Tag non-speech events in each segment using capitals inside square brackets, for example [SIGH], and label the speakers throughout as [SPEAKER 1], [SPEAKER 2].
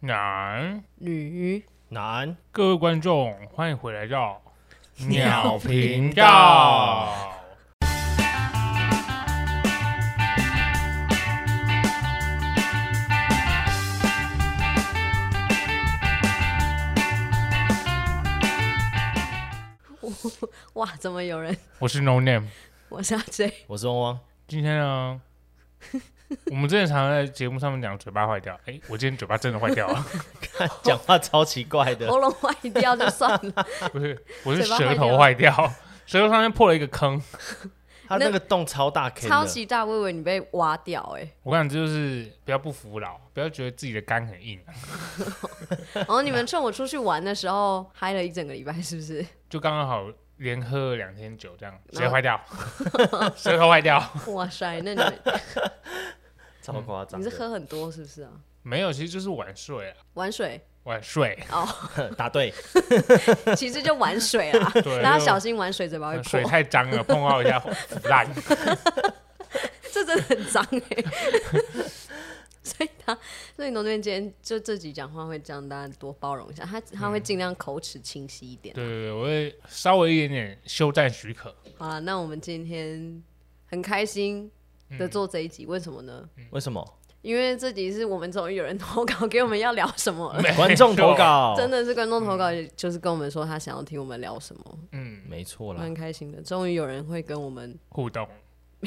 [SPEAKER 1] 男，
[SPEAKER 2] 女
[SPEAKER 3] 男
[SPEAKER 1] 各位观众，欢迎回来到
[SPEAKER 3] 鸟频道。
[SPEAKER 2] 哇，怎么有人？ [LAUGHS]
[SPEAKER 1] 我是 No Name。
[SPEAKER 2] 我是阿 J，
[SPEAKER 3] 我是汪汪， [LAUGHS]
[SPEAKER 1] 今天呢，我们之前常常在节目上面讲嘴巴坏掉，哎、我今天嘴巴真的坏掉了，
[SPEAKER 3] 看讲话超奇怪
[SPEAKER 2] [LAUGHS] [LAUGHS]
[SPEAKER 3] 的
[SPEAKER 2] 喉，咙坏掉就算
[SPEAKER 1] [LAUGHS]
[SPEAKER 2] 了，
[SPEAKER 1] 不是，我是
[SPEAKER 2] 嘴
[SPEAKER 1] 舌
[SPEAKER 2] 巴坏掉
[SPEAKER 1] 头坏掉，舌头上面破了一个坑。
[SPEAKER 3] 他那个洞超大坑
[SPEAKER 2] 超
[SPEAKER 3] 的，
[SPEAKER 2] 级大，我以为你被挖掉
[SPEAKER 1] [LAUGHS]
[SPEAKER 2] 哎、
[SPEAKER 1] 我跟你讲，这就是不要不服老，不要觉得自己的肝很硬。
[SPEAKER 2] 然哦后你们趁我出去玩的时候嗨了一整个礼拜，是
[SPEAKER 1] [LAUGHS]
[SPEAKER 2] 不是？
[SPEAKER 1] 就刚刚好连喝了两天酒，这样
[SPEAKER 2] 然后
[SPEAKER 1] 谁坏掉？舌头坏掉？
[SPEAKER 2] 哇塞，那你们
[SPEAKER 3] 超夸张
[SPEAKER 2] 你
[SPEAKER 3] 的。
[SPEAKER 2] 是喝很多是不是啊？
[SPEAKER 1] 没有，其实就是晚睡啊，[LAUGHS]
[SPEAKER 2] 玩水
[SPEAKER 1] 晚睡。
[SPEAKER 2] 哦，
[SPEAKER 3] [LAUGHS] 答对，
[SPEAKER 2] 其实就玩水啦，
[SPEAKER 1] 对，
[SPEAKER 2] 大家
[SPEAKER 1] 就
[SPEAKER 2] 小心玩水，嘴巴会
[SPEAKER 1] 水
[SPEAKER 2] 哎破，
[SPEAKER 1] 太脏了，碰到一下腐烂。
[SPEAKER 2] [LAUGHS] 这真的很脏哎、 [LAUGHS] 所以他，所以农边今天就这集讲话会这样，大家多包容一下。他他会尽量口齿清晰一点
[SPEAKER 1] 对。对对，我会稍微一点点休战许可。
[SPEAKER 2] 好啦，那我们今天很开心的做这一集，为什么呢？
[SPEAKER 3] 为什 [LAUGHS] 么？
[SPEAKER 2] 因为这集是我们终于有人投稿给我们要聊什么了，
[SPEAKER 3] 观众投，稿，
[SPEAKER 2] 真的是观众投稿，就是跟我们说他想要听我们聊什么，
[SPEAKER 1] 嗯，
[SPEAKER 3] 没错啦
[SPEAKER 2] 蛮。开心的。终于有人会跟我们，
[SPEAKER 1] 互动。 [LAUGHS]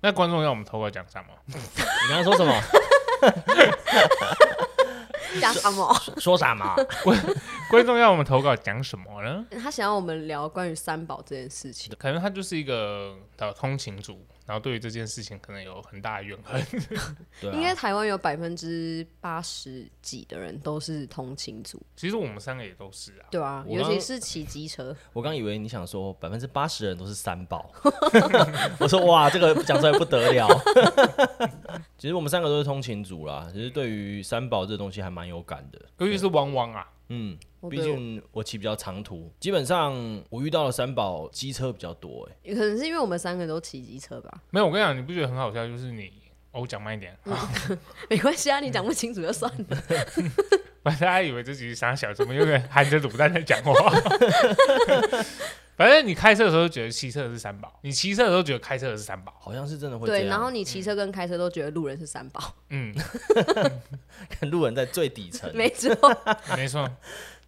[SPEAKER 1] 那观众要我们投稿讲什么？ [LAUGHS]
[SPEAKER 3] 你刚刚说什么？ [LAUGHS]
[SPEAKER 2] 加什么？
[SPEAKER 3] 说什么？
[SPEAKER 1] 观众要我们投稿讲什么呢？
[SPEAKER 2] [LAUGHS] 他想要我们聊关于三宝这件事情，
[SPEAKER 1] 可能他就是一个呃通勤族，然后对于这件事情可能有很大的怨恨。 [LAUGHS]
[SPEAKER 3] 对
[SPEAKER 2] 应该
[SPEAKER 3] 啊，
[SPEAKER 2] 台湾有百分之八十几的人都是同情族，
[SPEAKER 1] 其实我们三个也都是啊，
[SPEAKER 2] 对啊，
[SPEAKER 3] 我
[SPEAKER 2] 尤
[SPEAKER 3] 刚
[SPEAKER 2] 其是骑机车，
[SPEAKER 3] 我刚以为你想说百分之八十人都是
[SPEAKER 2] [LAUGHS]
[SPEAKER 3] 三宝，我说哇，这个讲出来不得了。 [LAUGHS] 其实我们三个都是通勤族啦，其实对于三宝这东西还蛮有感的。
[SPEAKER 1] 尤其是汪汪啊，
[SPEAKER 3] 嗯，
[SPEAKER 2] 我
[SPEAKER 3] 毕竟我骑比较长途，基本上我遇到的三宝机车比较多、欸，
[SPEAKER 2] 可能是因为我们三个都骑机车吧， [LAUGHS]
[SPEAKER 1] 没有，我跟你讲，你不觉得很好笑？就是你，哦我讲慢一点， [LAUGHS] 啊
[SPEAKER 2] 没关系啊，你讲不清楚就算了。
[SPEAKER 1] 反正大家以为自己是傻小子，怎么有点含着卤蛋在讲话？ [LAUGHS] 反正你开车的时候觉得骑车的是三宝，你骑车的时候觉得开车的是三宝，
[SPEAKER 3] 好像是真的会这
[SPEAKER 2] 对，然后
[SPEAKER 3] 样。嗯
[SPEAKER 2] 你骑车跟开车都觉得路人是三宝，
[SPEAKER 1] 嗯，
[SPEAKER 3] 看路人在最底层。
[SPEAKER 2] 没错。
[SPEAKER 1] 没错，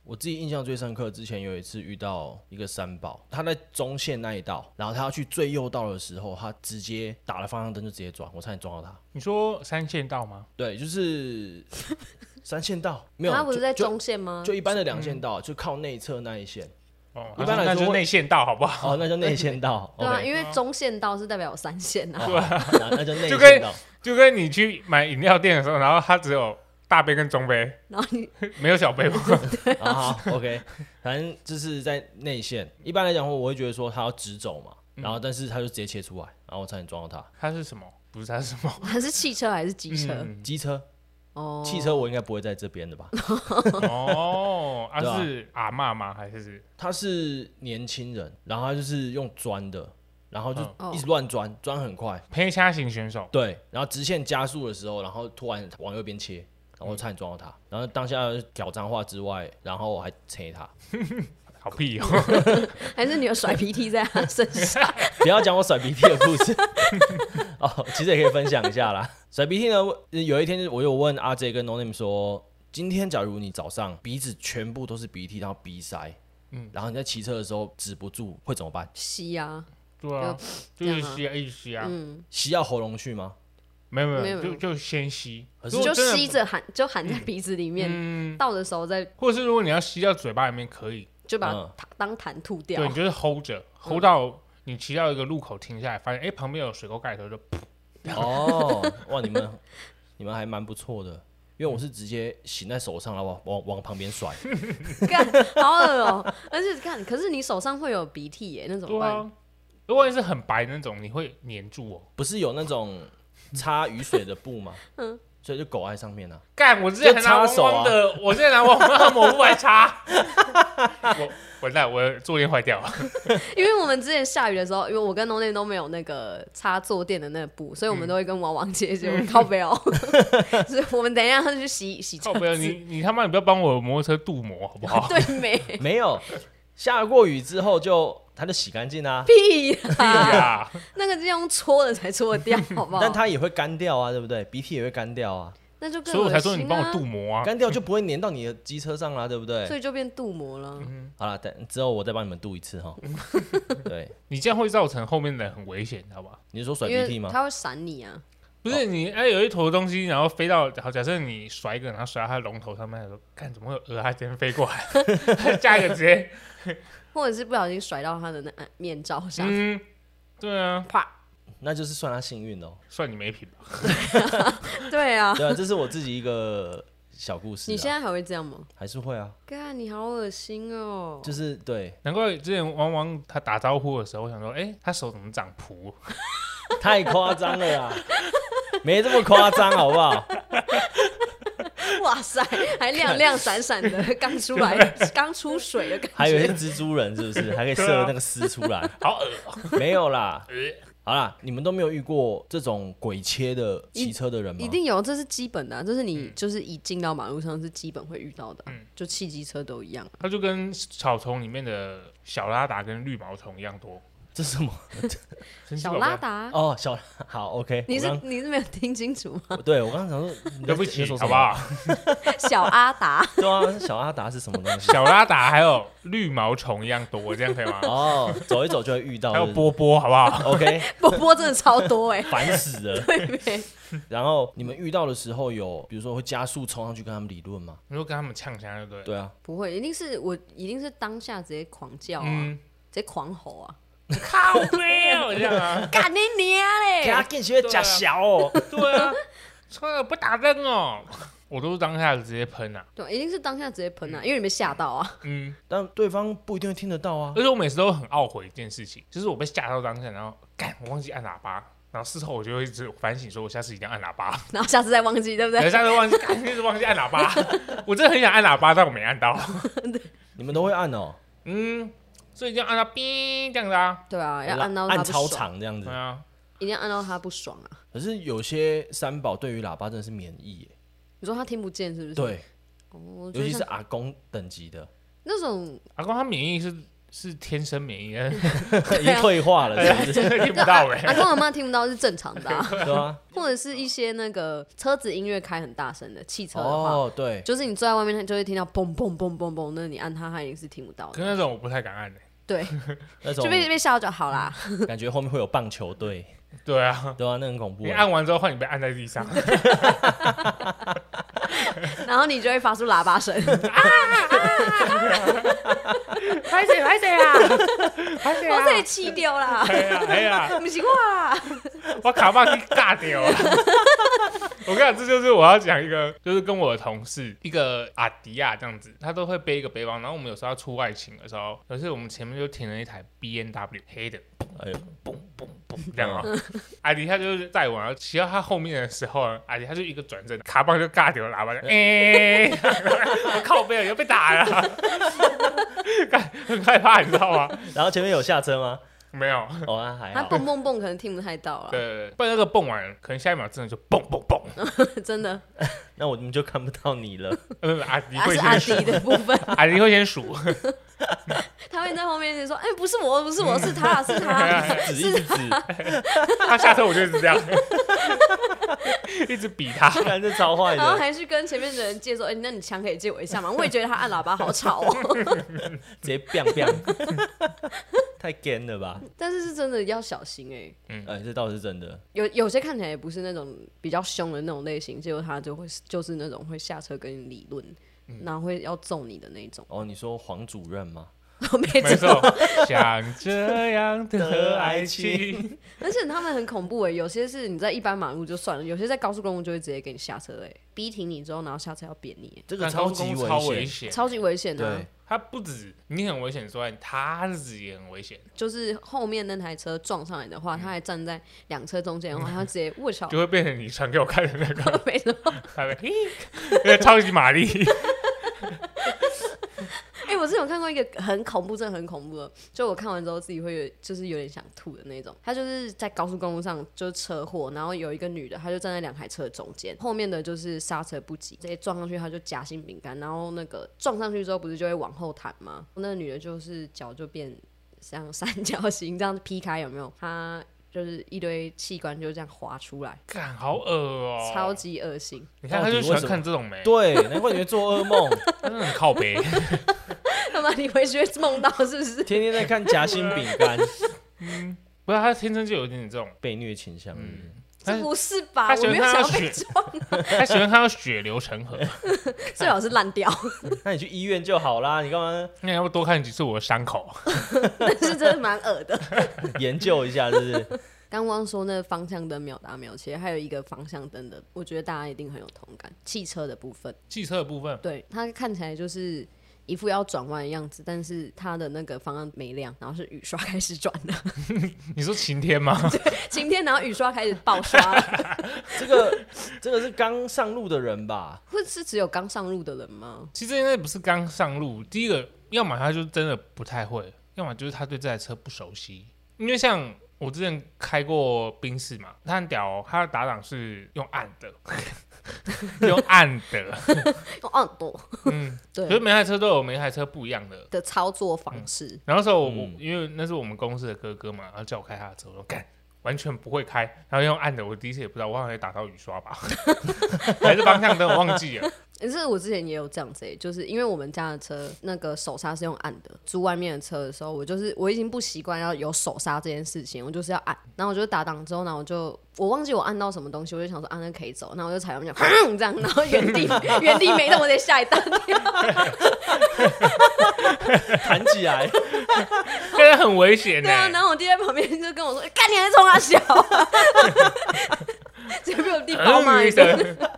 [SPEAKER 3] 我自己印象最深刻，之前有一次遇到一个三宝，他在中线那一道，然后他要去最右道的时候，他直接打了方向灯就直接转，我差点撞到他。
[SPEAKER 1] 你说三线道吗？
[SPEAKER 3] 对，就是 [LAUGHS] 三线道，没有，
[SPEAKER 2] 他不是
[SPEAKER 3] 就
[SPEAKER 2] 在
[SPEAKER 3] 就
[SPEAKER 2] 中嗯线吗？
[SPEAKER 3] 就一般的两线道，就靠内侧那一线。
[SPEAKER 1] 哦，
[SPEAKER 3] 一般来
[SPEAKER 1] 那
[SPEAKER 3] 说
[SPEAKER 1] 就内线道好不好？ [LAUGHS]
[SPEAKER 3] 哦，那叫内线道。
[SPEAKER 2] [LAUGHS] 对啊，
[SPEAKER 3] OK，
[SPEAKER 2] 因为中线道是代表有三线啊。
[SPEAKER 3] 对，好那叫内
[SPEAKER 1] 就跟
[SPEAKER 3] 线道。
[SPEAKER 1] 就跟你去买饮料店的时候，然后它只有大杯跟中杯，
[SPEAKER 2] 然后你
[SPEAKER 1] [LAUGHS] 没有小杯吗？
[SPEAKER 3] 啊，好，OK，反正就是在内线。一般来讲，我会觉得说他要直走嘛，
[SPEAKER 1] 嗯
[SPEAKER 3] 然后但是他就直接切出来，然后我差点撞到他。
[SPEAKER 1] 它是什么？不是它是什么？
[SPEAKER 2] [LAUGHS] 还是汽车还是机车？ [LAUGHS]
[SPEAKER 1] 嗯
[SPEAKER 3] 机车，
[SPEAKER 2] 哦，
[SPEAKER 3] 哦汽车我应该不会在这边的吧？
[SPEAKER 1] 哦，啊
[SPEAKER 3] 对啊
[SPEAKER 1] 是阿嬷吗？还是
[SPEAKER 3] 他是年轻人，然后他就是用钻的，然后就
[SPEAKER 2] 嗯
[SPEAKER 3] 一直乱钻，钻很快，
[SPEAKER 1] 陪掐型选手？
[SPEAKER 3] 对，然后直线加速的时候，然后突然往右边切，然后我差点撞到他，然后当下挑脏话之外，然后我还切他，
[SPEAKER 1] 好屁哦！
[SPEAKER 2] 还是你有甩鼻涕在他身上？ [LAUGHS]
[SPEAKER 3] 不要讲我甩鼻涕的故事哦，其实也可以分享一下啦。甩鼻涕呢，我有一天我有问阿 J 跟 No Name 说，今天假如你早上鼻子全部都是鼻涕，然后鼻塞，嗯，然后你在骑车的时候止不住会怎么办？
[SPEAKER 2] 吸
[SPEAKER 3] [LAUGHS]
[SPEAKER 2] 啊，
[SPEAKER 1] [LAUGHS] 对啊，就
[SPEAKER 2] 这样
[SPEAKER 1] 是
[SPEAKER 2] 啊
[SPEAKER 1] 吸啊，一直吸啊，
[SPEAKER 2] 嗯，
[SPEAKER 3] 吸到喉咙去吗？
[SPEAKER 1] 没有没
[SPEAKER 2] 没
[SPEAKER 1] 有，就
[SPEAKER 2] 有
[SPEAKER 1] 就先吸，
[SPEAKER 3] 可是
[SPEAKER 1] 如果
[SPEAKER 2] 就
[SPEAKER 1] 真的
[SPEAKER 2] 吸着含，就含在鼻子里面，
[SPEAKER 1] 嗯，
[SPEAKER 2] 到的时候再
[SPEAKER 1] 或者是如果你要吸到嘴巴里面可以，
[SPEAKER 2] 就把
[SPEAKER 3] 嗯
[SPEAKER 2] 它当痰吐掉
[SPEAKER 1] 对，。你就是 hold
[SPEAKER 2] 嗯
[SPEAKER 1] 着，hold 到你骑到一个路口停下来，发现哎旁边有水沟盖头，就
[SPEAKER 3] 哦，哇，你们你们还蛮不错的，因为我是直接醒在手上，然后往往往旁边甩。
[SPEAKER 2] 干，好恶哦！ [LAUGHS] 而且看，可是你手上会有鼻涕耶，那怎么
[SPEAKER 1] 对
[SPEAKER 2] 办？
[SPEAKER 1] 啊。如果你是很白的那种，你会黏住哦。
[SPEAKER 3] 不是有那种擦雨水的布吗？嗯，所以就狗在上面啊。
[SPEAKER 1] 干，我之前还拿
[SPEAKER 3] 就
[SPEAKER 1] 汪
[SPEAKER 3] 插手啊
[SPEAKER 1] [LAUGHS] 汪的，我之前拿汪汪的抹布来擦，我完蛋，我的坐垫坏掉了。
[SPEAKER 2] 因为我们之前下雨的时候，因为我跟 No n 都没有那个插坐垫的那个布，所以我
[SPEAKER 1] 嗯
[SPEAKER 2] 们都会跟王王姐姐靠背哦。 [LAUGHS] 所以我们等一下去洗洗
[SPEAKER 1] 靠
[SPEAKER 2] 车
[SPEAKER 1] 不要你哦
[SPEAKER 2] 子。
[SPEAKER 1] [LAUGHS] 你他妈你不要帮我摩托车镀膜好不好？
[SPEAKER 2] [LAUGHS] 对没？
[SPEAKER 3] 没有下过雨之后就它就洗干净啊啦，
[SPEAKER 2] 屁
[SPEAKER 1] 对
[SPEAKER 2] 啦！
[SPEAKER 1] 呀，
[SPEAKER 2] 那个是用搓的才搓得
[SPEAKER 1] [LAUGHS]
[SPEAKER 2] 掉，好不好？
[SPEAKER 3] 但它也会干掉啊，对不对？鼻涕也会干掉啊，
[SPEAKER 2] 那就更
[SPEAKER 1] 所以我才说
[SPEAKER 2] 恶心
[SPEAKER 1] 你帮
[SPEAKER 2] 啊
[SPEAKER 1] 我镀膜啊。
[SPEAKER 3] 干掉就不会粘到你的机车上啊啦，对不
[SPEAKER 2] 所
[SPEAKER 3] 对？
[SPEAKER 2] 以就变镀膜了。
[SPEAKER 1] 嗯
[SPEAKER 3] 好了，等之后我再帮你们镀一
[SPEAKER 2] [LAUGHS]
[SPEAKER 3] 次哈。对，
[SPEAKER 1] 你这样会造成后面的人很危险，你知道吧？
[SPEAKER 3] 你是说甩
[SPEAKER 2] 因
[SPEAKER 3] 鼻涕
[SPEAKER 2] 为
[SPEAKER 3] 吗？
[SPEAKER 2] 它会闪你啊！
[SPEAKER 1] 不是你哎，有一坨东西，然后飞到好，假设你甩一个，然后甩到它的龙头上面的时候，看怎么会有鹅啊直接飞过来， [LAUGHS] 加一个直 [LAUGHS] 接，
[SPEAKER 2] 或者是不小心甩到他的那呃面罩上，
[SPEAKER 1] 嗯，对啊，
[SPEAKER 2] 啪！ [LAUGHS]
[SPEAKER 3] 那就是算他幸运哦。
[SPEAKER 1] 算你没品吧。
[SPEAKER 2] 对啊，
[SPEAKER 3] 对啊，这是我自己一个小故事、啊。
[SPEAKER 2] 你现在还会这样吗？
[SPEAKER 3] 还是会啊，
[SPEAKER 2] 哥，你好恶心哦！
[SPEAKER 3] 就是对
[SPEAKER 1] 难怪之前汪汪他打招呼的时候，我想说，哎、他手怎么长蹼？
[SPEAKER 3] 太夸张了啦， [LAUGHS] 没这么夸张好不好？
[SPEAKER 2] [LAUGHS] 哇塞，还亮亮闪闪
[SPEAKER 3] [LAUGHS]
[SPEAKER 2] 的，刚出来，刚出水的感觉。
[SPEAKER 3] 还以为是蜘蛛人是不是？还可以射
[SPEAKER 1] 对啊
[SPEAKER 3] 那个丝出来？
[SPEAKER 1] 好恶、
[SPEAKER 3] 没有啦，
[SPEAKER 1] 呃
[SPEAKER 3] 好啦，你们都没有遇过这种鬼切的骑车的人吗？
[SPEAKER 2] 一定有，这是基本的啊、这是
[SPEAKER 3] 嗯
[SPEAKER 2] 你就是一进到马路上是基本会遇到的啊、就汽机车都一样啊。
[SPEAKER 1] 他就跟草丛里面的小拉达跟绿毛虫一样多。
[SPEAKER 3] 这是
[SPEAKER 2] [LAUGHS]
[SPEAKER 3] 什么？
[SPEAKER 1] 神奇
[SPEAKER 2] 小
[SPEAKER 1] 宝
[SPEAKER 2] 拉
[SPEAKER 1] 贝，
[SPEAKER 2] 达啊，
[SPEAKER 3] 哦，小好 OK，
[SPEAKER 2] 你
[SPEAKER 3] 我
[SPEAKER 2] 是
[SPEAKER 3] 刚
[SPEAKER 2] 你是没有听清楚吗？ [LAUGHS]
[SPEAKER 3] 对我刚刚想说，你在
[SPEAKER 1] [LAUGHS] 对不
[SPEAKER 3] 你在
[SPEAKER 1] 起，
[SPEAKER 3] 说什
[SPEAKER 1] 好
[SPEAKER 3] 么
[SPEAKER 1] 不？好？
[SPEAKER 2] 小阿达， [LAUGHS]
[SPEAKER 3] 对啊，小阿达是什么东
[SPEAKER 1] [LAUGHS]
[SPEAKER 3] 西？
[SPEAKER 1] 小拉达还有绿毛虫一样多，这样可以
[SPEAKER 2] [LAUGHS]
[SPEAKER 1] 吗？
[SPEAKER 3] 哦，走一走就会遇到，
[SPEAKER 1] 还有
[SPEAKER 3] 是不是
[SPEAKER 1] 波波，好不
[SPEAKER 2] 哦
[SPEAKER 1] 好？
[SPEAKER 3] OK，
[SPEAKER 1] [LAUGHS]
[SPEAKER 2] 波波真的超多
[SPEAKER 3] [LAUGHS]
[SPEAKER 2] 哎、
[SPEAKER 3] 烦死了。
[SPEAKER 2] 对不对？
[SPEAKER 3] 然后你们遇到的时候有，比如说会加速冲上去跟他们理论吗？
[SPEAKER 1] 你说跟他们呛香，对不对？
[SPEAKER 3] 对啊，
[SPEAKER 2] 不会，一定是我一定是当下直接狂叫啊，
[SPEAKER 1] 嗯，
[SPEAKER 2] 直接狂吼啊，
[SPEAKER 1] 靠背哦，这样啊。
[SPEAKER 2] 干你娘
[SPEAKER 3] [LAUGHS] 给他
[SPEAKER 2] 嘞！
[SPEAKER 3] 更学假小哦。
[SPEAKER 1] 哎对啊，车不打灯哦，我都是当下直接喷啊。
[SPEAKER 2] 对，一定是当下直接喷啊，因为你被吓到啊。 [LAUGHS]
[SPEAKER 1] 嗯，
[SPEAKER 3] 但对方不一定会听得到啊。
[SPEAKER 1] 而且我每次都很懊悔一件事情，就是我被吓到当下，然后干，我忘记按喇叭。然后事后我就会一直反省，说我下次一定要按喇叭。
[SPEAKER 2] 然后下次再忘记，对不
[SPEAKER 1] 然后
[SPEAKER 2] 对？
[SPEAKER 1] 下次忘记，干一直忘记按喇叭。我真的很想按喇叭，但我没按到。
[SPEAKER 3] 你们都会按哦，
[SPEAKER 1] 嗯，所以一定要按到哔这样子啊。
[SPEAKER 2] 对啊，要
[SPEAKER 3] 就是
[SPEAKER 2] 按到他
[SPEAKER 3] 按
[SPEAKER 2] 不
[SPEAKER 3] 超
[SPEAKER 2] 爽，
[SPEAKER 3] 长这样子
[SPEAKER 1] 对。啊，
[SPEAKER 2] 一定要按到他不爽啊！
[SPEAKER 3] 可是有些三宝对于喇叭真的是免疫耶，我
[SPEAKER 2] 你说他听不见是不是？
[SPEAKER 3] 对，
[SPEAKER 2] 哦，我觉
[SPEAKER 3] 尤
[SPEAKER 2] 得
[SPEAKER 3] 其是啊
[SPEAKER 2] 像
[SPEAKER 3] 阿公等
[SPEAKER 2] [LAUGHS]
[SPEAKER 3] 级的， [LAUGHS]
[SPEAKER 2] 那种
[SPEAKER 1] 阿公他免疫是是天生免疫，
[SPEAKER 3] 已经退化了，是不是？欸
[SPEAKER 1] 真的听不到哎、
[SPEAKER 2] 啊阿公阿妈听不到是正常的、啊，
[SPEAKER 3] [LAUGHS] 对啊，
[SPEAKER 2] [LAUGHS] 或者是一些那个车子音乐开很大声的汽车的话，
[SPEAKER 3] 哦，对，
[SPEAKER 2] 就是你坐在外面，他就会听到嘣嘣嘣嘣嘣，那你按它，它也是听不到
[SPEAKER 1] 可
[SPEAKER 2] 的。
[SPEAKER 1] 是那种我不太敢按欸的、
[SPEAKER 2] 对，
[SPEAKER 3] 那种
[SPEAKER 2] 就被被吓到就好啦。
[SPEAKER 3] [LAUGHS] 感觉后面会有棒球队，
[SPEAKER 1] 对啊，
[SPEAKER 3] 对啊，那很恐怖
[SPEAKER 1] 你
[SPEAKER 3] 耶。
[SPEAKER 1] 按完之后换你被按在地上，
[SPEAKER 2] 然后你就会发出喇叭声，
[SPEAKER 1] 拍谁拍谁啊， [LAUGHS] 拍
[SPEAKER 3] 啊
[SPEAKER 1] 谁啊
[SPEAKER 2] 我这里气掉啦，
[SPEAKER 1] 哎呀哎呀！
[SPEAKER 2] 不行哇！
[SPEAKER 1] 我卡巴给尬掉了。 [LAUGHS] 我跟你讲，这就是我要讲一个，就是跟我的同事一个阿迪亚这样子，他都会背一个背包。然后我们有时候要出外勤的时候，可是我们前面就停了一台 B N W 黑的，
[SPEAKER 3] 哎呦，
[SPEAKER 1] 嘣嘣嘣这样啊。阿迪他就是载我，然后骑到他后面的时候，啊阿迪他就一个转身，卡巴就尬掉了喇叭，就哎、我靠背了，又被打了， [LAUGHS] 干很害怕，你知道吗？
[SPEAKER 3] 然后前面有下车吗？
[SPEAKER 1] 没有，
[SPEAKER 3] 哦，那还
[SPEAKER 2] 它
[SPEAKER 3] 好。
[SPEAKER 2] 蹦蹦蹦可能听不太到
[SPEAKER 1] 对
[SPEAKER 2] 了，
[SPEAKER 1] 对对，不然那个蹦完，可能下一秒真的就蹦蹦蹦，
[SPEAKER 2] 真的，
[SPEAKER 3] 那我们就看不到你
[SPEAKER 1] [LAUGHS]
[SPEAKER 3] 了。
[SPEAKER 1] 呃，不是阿迪
[SPEAKER 2] 还
[SPEAKER 1] 会
[SPEAKER 2] 啊是阿
[SPEAKER 1] 先数，
[SPEAKER 2] 迪的部分， [LAUGHS]
[SPEAKER 1] 阿迪会先数，啊
[SPEAKER 2] 他会在后面就说：“哎，不是我，不是我，是他，是
[SPEAKER 3] [LAUGHS]
[SPEAKER 2] 他。
[SPEAKER 1] 哎
[SPEAKER 3] 指一直
[SPEAKER 1] [LAUGHS]
[SPEAKER 3] 指，
[SPEAKER 1] 他下车我就是这样， [LAUGHS] 一直比他。
[SPEAKER 3] 看这超”坏
[SPEAKER 2] 然后
[SPEAKER 3] 的，
[SPEAKER 2] 还去跟前面的人借说：“哎，那你枪可以借我一下吗？”我也觉得他按喇叭好吵
[SPEAKER 1] [LAUGHS]
[SPEAKER 2] 哦，
[SPEAKER 3] 直接 biang biang，太
[SPEAKER 2] [LAUGHS]
[SPEAKER 3] 干了吧？
[SPEAKER 2] 但是是真的要小心哎。
[SPEAKER 1] 嗯
[SPEAKER 3] 哎，这倒是真的。
[SPEAKER 2] 有有些看起来也不是那种比较凶的那种类型，结果他就会就是那种会下车跟你理论，
[SPEAKER 1] 嗯
[SPEAKER 2] 然后会要揍你的那种。 [LAUGHS]
[SPEAKER 3] 哦，你说黄主任吗？
[SPEAKER 2] 我没
[SPEAKER 1] 没
[SPEAKER 2] 知道，
[SPEAKER 1] 错，像这样的爱情，
[SPEAKER 2] 而且他们很恐怖哎、有些是你在一般马路就算了，有些在高速公路就会直接给你下车哎、逼停你之后，然后下车要扁你、欸
[SPEAKER 3] 这
[SPEAKER 1] 这
[SPEAKER 3] 个
[SPEAKER 1] 超
[SPEAKER 3] 超级
[SPEAKER 1] 超危
[SPEAKER 3] 危险。
[SPEAKER 1] 险。
[SPEAKER 2] 超级危险的、
[SPEAKER 3] 对
[SPEAKER 2] 啊。，
[SPEAKER 1] 他不止你很危险之外，他自己也很危险，
[SPEAKER 2] 就是后面那台车撞上来的话，他还站在两车中间的话，他直接卧
[SPEAKER 1] 嗯
[SPEAKER 2] 槽
[SPEAKER 1] 就，会变成你传给我看的那个，
[SPEAKER 2] [LAUGHS] 没错。
[SPEAKER 1] 他会嘿那个超级玛丽，
[SPEAKER 2] 哎、我之前有看过一个很恐怖，真的很恐怖的，就我看完之后自己会有就是有点想吐的那种。他就是在高速公路上就是车祸，然后有一个女的，她就站在两台车中间，后面的就是刹车不及，直接撞上去，她就夹心饼干，然后那个撞上去之后不是就会往后弹吗？那个女的就是脚就变像三角形这样子劈开，有没有？她。就是一堆器官就这样滑出来，
[SPEAKER 1] [LAUGHS] 干好恶哦、
[SPEAKER 2] 超级恶心。 [LAUGHS]
[SPEAKER 1] 你看他就喜欢看这种没，
[SPEAKER 3] 对，难怪你会做噩梦，
[SPEAKER 1] 他真的很靠背。
[SPEAKER 2] 那么你回去会梦到是不是？
[SPEAKER 3] 天天在看夹心饼干，
[SPEAKER 1] [LAUGHS]
[SPEAKER 3] [LAUGHS]
[SPEAKER 1] 不是他天生就有一点点这种，
[SPEAKER 3] 被虐倾向。
[SPEAKER 2] 嗯
[SPEAKER 1] 他
[SPEAKER 2] 这不是吧？
[SPEAKER 1] 他
[SPEAKER 2] 我
[SPEAKER 1] 喜欢
[SPEAKER 2] 没有
[SPEAKER 1] 看
[SPEAKER 2] 想要
[SPEAKER 1] 到
[SPEAKER 2] 被
[SPEAKER 1] 血
[SPEAKER 2] 撞， [LAUGHS]
[SPEAKER 1] 他喜欢看到血流成河。
[SPEAKER 2] 最好是烂掉，
[SPEAKER 3] [LAUGHS] 那你去医院就好啦，你干嘛
[SPEAKER 1] 那要不多看几次我的伤口？
[SPEAKER 2] 但是真的蛮恶的。
[SPEAKER 3] 研究一下？是不是？
[SPEAKER 2] [LAUGHS] 刚刚说那个方向灯秒打秒切，还有一个方向灯的，我觉得大家一定很有同感。汽车的部分，
[SPEAKER 1] 汽车的部分，
[SPEAKER 2] 对它看起来就是一副要转弯的样子，但是它的那个方向没亮，然后是雨刷开始转 [LAUGHS] 了，
[SPEAKER 1] [LAUGHS] 你说晴天吗？
[SPEAKER 2] 晴天然后雨刷开始爆刷 [LAUGHS] 了，
[SPEAKER 3] 这个这个是刚上路的人吧？
[SPEAKER 2] 会是只有刚上路的人吗？
[SPEAKER 1] [LAUGHS] 其实应该不是刚上路，第一个，要么他就真的不太会，要么就是他对这台车不熟悉。因为像我之前开过宾士嘛，他很屌、哦，他的打档是用按 [LAUGHS] 的，用按 [LAUGHS] 的，
[SPEAKER 2] 哦，哦多
[SPEAKER 1] 嗯，可是
[SPEAKER 2] [LAUGHS] 对
[SPEAKER 1] 每台车都有每台车不一样的。
[SPEAKER 2] 的操作方式，
[SPEAKER 1] 然后那时候我、我
[SPEAKER 3] 嗯
[SPEAKER 1] 因为那是我们公司的哥哥嘛，然后叫我开他的车，我说干。完全不会开，然后用按的，我第一次也不知道，我好像也打到雨刷吧， [LAUGHS] 还是方向灯，我忘记了。
[SPEAKER 2] 欸这我之前也有这样子、欸，就是因为我们家的车那个手刹是用按的，租外面的车的时候，我就是我已经不习惯要有手刹这件事情，我就是要按。然后我就打档之后，然后我就我忘记我按到什么东西，我就想说啊，那可以走，那我就踩油门讲，砰这样，然后原地原地没动，我得吓一
[SPEAKER 3] [LAUGHS]
[SPEAKER 2] 大跳。
[SPEAKER 3] 弹起来，
[SPEAKER 1] 真的很危险呢、
[SPEAKER 2] 对啊，然后我弟在旁边就跟我说，干、你还在冲他笑、啊， [LAUGHS] 结果被我弟暴骂一顿，
[SPEAKER 1] 嗯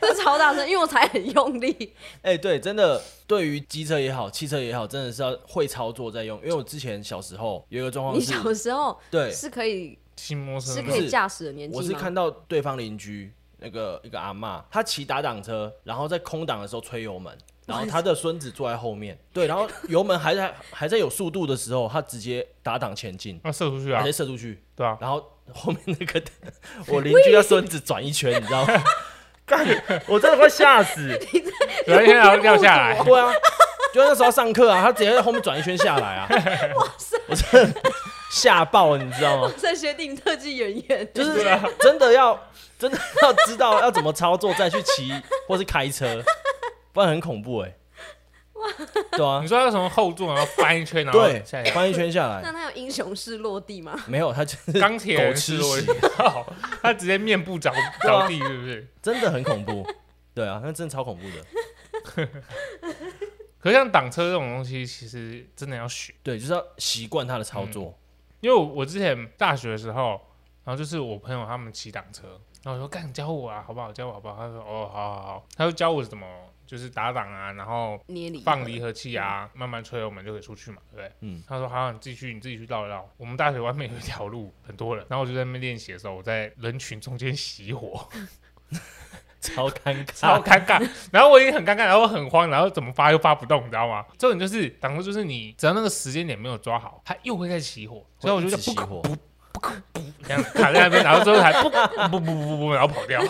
[SPEAKER 2] 这超大声，因为我踩很用力。
[SPEAKER 3] 哎、对，真的，对于机车也好，汽车也好，真的是要会操作再用。因为我之前小时候有一个状况
[SPEAKER 2] 你
[SPEAKER 3] 是，
[SPEAKER 2] 小时候
[SPEAKER 3] 对，
[SPEAKER 2] 是可以
[SPEAKER 1] 骑摩托
[SPEAKER 2] 是
[SPEAKER 1] 车
[SPEAKER 2] 可
[SPEAKER 1] 吗
[SPEAKER 2] 以驾驶的年纪
[SPEAKER 3] 我
[SPEAKER 2] 吗？
[SPEAKER 3] 是看到对方邻居那个一个阿嬷，她骑打档车，然后在空档的时候吹油门，然后她的孙子坐在后面，对，然后油门还在 [LAUGHS] 还在有速度的时候，她直接打档前进，
[SPEAKER 1] 要射出去
[SPEAKER 3] 直
[SPEAKER 1] 啊
[SPEAKER 3] 接，射出去，
[SPEAKER 1] 对啊，
[SPEAKER 3] 然后后面那个我邻居的孙子转一圈，你知道吗？干，我真的快吓死！
[SPEAKER 1] 然后现在要掉下
[SPEAKER 2] [LAUGHS]
[SPEAKER 1] 来，
[SPEAKER 3] 对啊，就那时候上课啊，他直接在后面转一圈下来啊，我真的吓爆了，你知道吗？
[SPEAKER 2] 在学顶特技演员，
[SPEAKER 3] 就是
[SPEAKER 1] 啊
[SPEAKER 3] 真的要真的要知道要怎么操作再去骑 [LAUGHS] 或是开车，不然很恐怖哎、对啊
[SPEAKER 1] 你，说要从后座然后翻一圈，然后
[SPEAKER 3] 对
[SPEAKER 1] 下，来，
[SPEAKER 3] 翻一圈下
[SPEAKER 2] [LAUGHS] 那
[SPEAKER 3] 来
[SPEAKER 2] 他有英雄式落地吗？
[SPEAKER 3] 没有，他就是
[SPEAKER 1] 钢铁
[SPEAKER 3] 狗
[SPEAKER 1] 人
[SPEAKER 3] 吃
[SPEAKER 1] 是我
[SPEAKER 3] 屎，
[SPEAKER 1] 知道，他直接面部着着地，是不是？
[SPEAKER 3] 真的很恐怖。对啊，那真的超恐怖的。
[SPEAKER 1] 可是像挡车这种东西，其实真的要学，
[SPEAKER 3] 对，就是要习惯他的操作。
[SPEAKER 1] 因为我我之前大学的时候，然后就是我朋友他们骑挡车，然后我说干你教我啊，好不好？教我好不好？他说哦，好好好，他就教我怎么就是打挡啊，然后
[SPEAKER 2] 捏离嗯
[SPEAKER 1] 放离合器啊，慢慢吹，我们就可以出去嘛，对不对？
[SPEAKER 3] 嗯
[SPEAKER 1] 他说好，你自己去，你自己去绕一绕。我们大学外面有一条路，很多人，然后我就在那边练习的时候，我在人群中间熄火，
[SPEAKER 2] [LAUGHS]
[SPEAKER 3] 超尴尬，
[SPEAKER 1] 嗯超尴尬。然后我已经很尴尬，然后我很慌，然后怎么发又发不动，你知道吗？这种就是，挡住就是你只要那个时间点没有抓好，它又会再熄火，所以我就
[SPEAKER 3] 一
[SPEAKER 1] 在
[SPEAKER 3] 直
[SPEAKER 1] 不
[SPEAKER 3] 熄
[SPEAKER 1] 可
[SPEAKER 3] 火，
[SPEAKER 1] 这样卡在那边，然后最后还不不不不不，然后跑掉。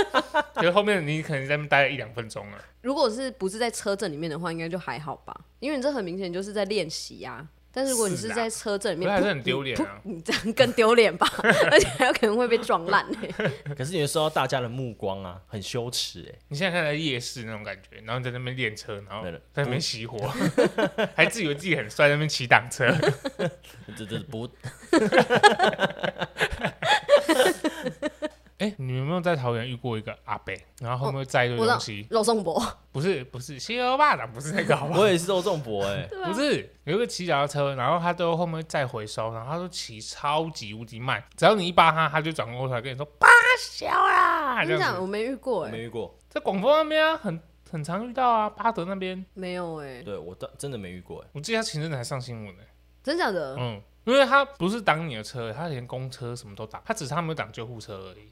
[SPEAKER 1] [LAUGHS] 可是后面你可能在那边待了一两分钟了，
[SPEAKER 2] 如果是不是在车阵里面的话，应该就还好吧，因为你这很明显就是在练习呀。但是如果你
[SPEAKER 1] 是
[SPEAKER 2] 是
[SPEAKER 1] 啊
[SPEAKER 2] 在车阵里
[SPEAKER 1] 可是还
[SPEAKER 2] 面，
[SPEAKER 1] 是
[SPEAKER 2] 噗
[SPEAKER 1] 很丢脸啊。
[SPEAKER 2] 你这样更丢脸
[SPEAKER 1] [LAUGHS]
[SPEAKER 2] 吧，而且还有可能会被撞烂欸
[SPEAKER 3] 可是你会受到大家的目光啊，很羞耻哎、
[SPEAKER 1] 你现在看在夜市那种感觉，然后你在那边练车，然后
[SPEAKER 3] 对了
[SPEAKER 1] 在那边熄火， [LAUGHS] 还自以为自己很帅，在那边骑挡
[SPEAKER 3] [LAUGHS]
[SPEAKER 1] 车，
[SPEAKER 3] 这这不
[SPEAKER 1] 哎、你们有没有在桃园遇过一个阿伯，然后后面会载一堆
[SPEAKER 2] 我知
[SPEAKER 1] 东
[SPEAKER 2] 道
[SPEAKER 1] 西？
[SPEAKER 2] 肉松博，
[SPEAKER 1] 不是不是，西游霸掌不是那个好不好
[SPEAKER 3] 我？也是肉粽博哎、
[SPEAKER 2] 对
[SPEAKER 1] 不是，有一个骑脚踏车，然后他都后面会再回收，然后他说骑超级无敌慢，只要你一扒他，他就转过头来跟你说“八小啦”
[SPEAKER 2] 我
[SPEAKER 1] 这
[SPEAKER 2] 跟你
[SPEAKER 1] 样
[SPEAKER 2] 讲，
[SPEAKER 1] 子。
[SPEAKER 2] 我没遇过
[SPEAKER 3] 我没
[SPEAKER 2] 哎，
[SPEAKER 3] 遇过，
[SPEAKER 1] 在广丰那边啊，很很常遇到啊，巴德那边，
[SPEAKER 2] 没有哎，
[SPEAKER 3] 对我真真的没遇过哎、
[SPEAKER 1] 我记得他前阵子还上新闻呢、
[SPEAKER 2] 真假的？
[SPEAKER 1] 嗯，因为他不是挡你的车，他连公车什么都挡，他只差没有挡救护车而已。
[SPEAKER 3] 欸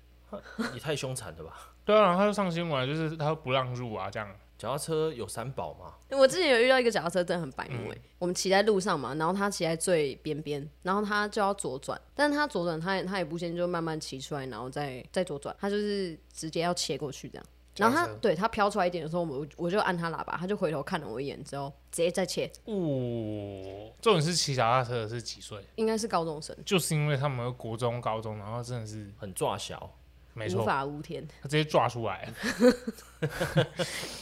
[SPEAKER 3] 也太凶残了吧？
[SPEAKER 1] 对啊，然后他就上新闻，就是他不让入啊，这样。
[SPEAKER 3] 脚踏车有三宝吗？
[SPEAKER 2] 我之前有遇到一个脚踏车真的很白目
[SPEAKER 3] 嗯
[SPEAKER 2] 哎、我们骑在路上嘛，然后他骑在最边边，然后他就要左转，但是他左转他也他也不先就慢慢骑出来，然后再再左转，他就是直接要切过去这样。然后他
[SPEAKER 3] 脚踏车
[SPEAKER 2] 对他飘出来一点的时候，我我就按他喇叭，他就回头看了我一眼之后，直接再切，
[SPEAKER 1] 哦，这种是骑脚踏车的是几岁？
[SPEAKER 2] 应该是高中生，
[SPEAKER 1] 就是因为他们国中、高中，然后真的是
[SPEAKER 3] 很抓小，
[SPEAKER 1] 没
[SPEAKER 2] 无
[SPEAKER 1] 错，
[SPEAKER 2] 法无天，
[SPEAKER 1] 他直接抓出来。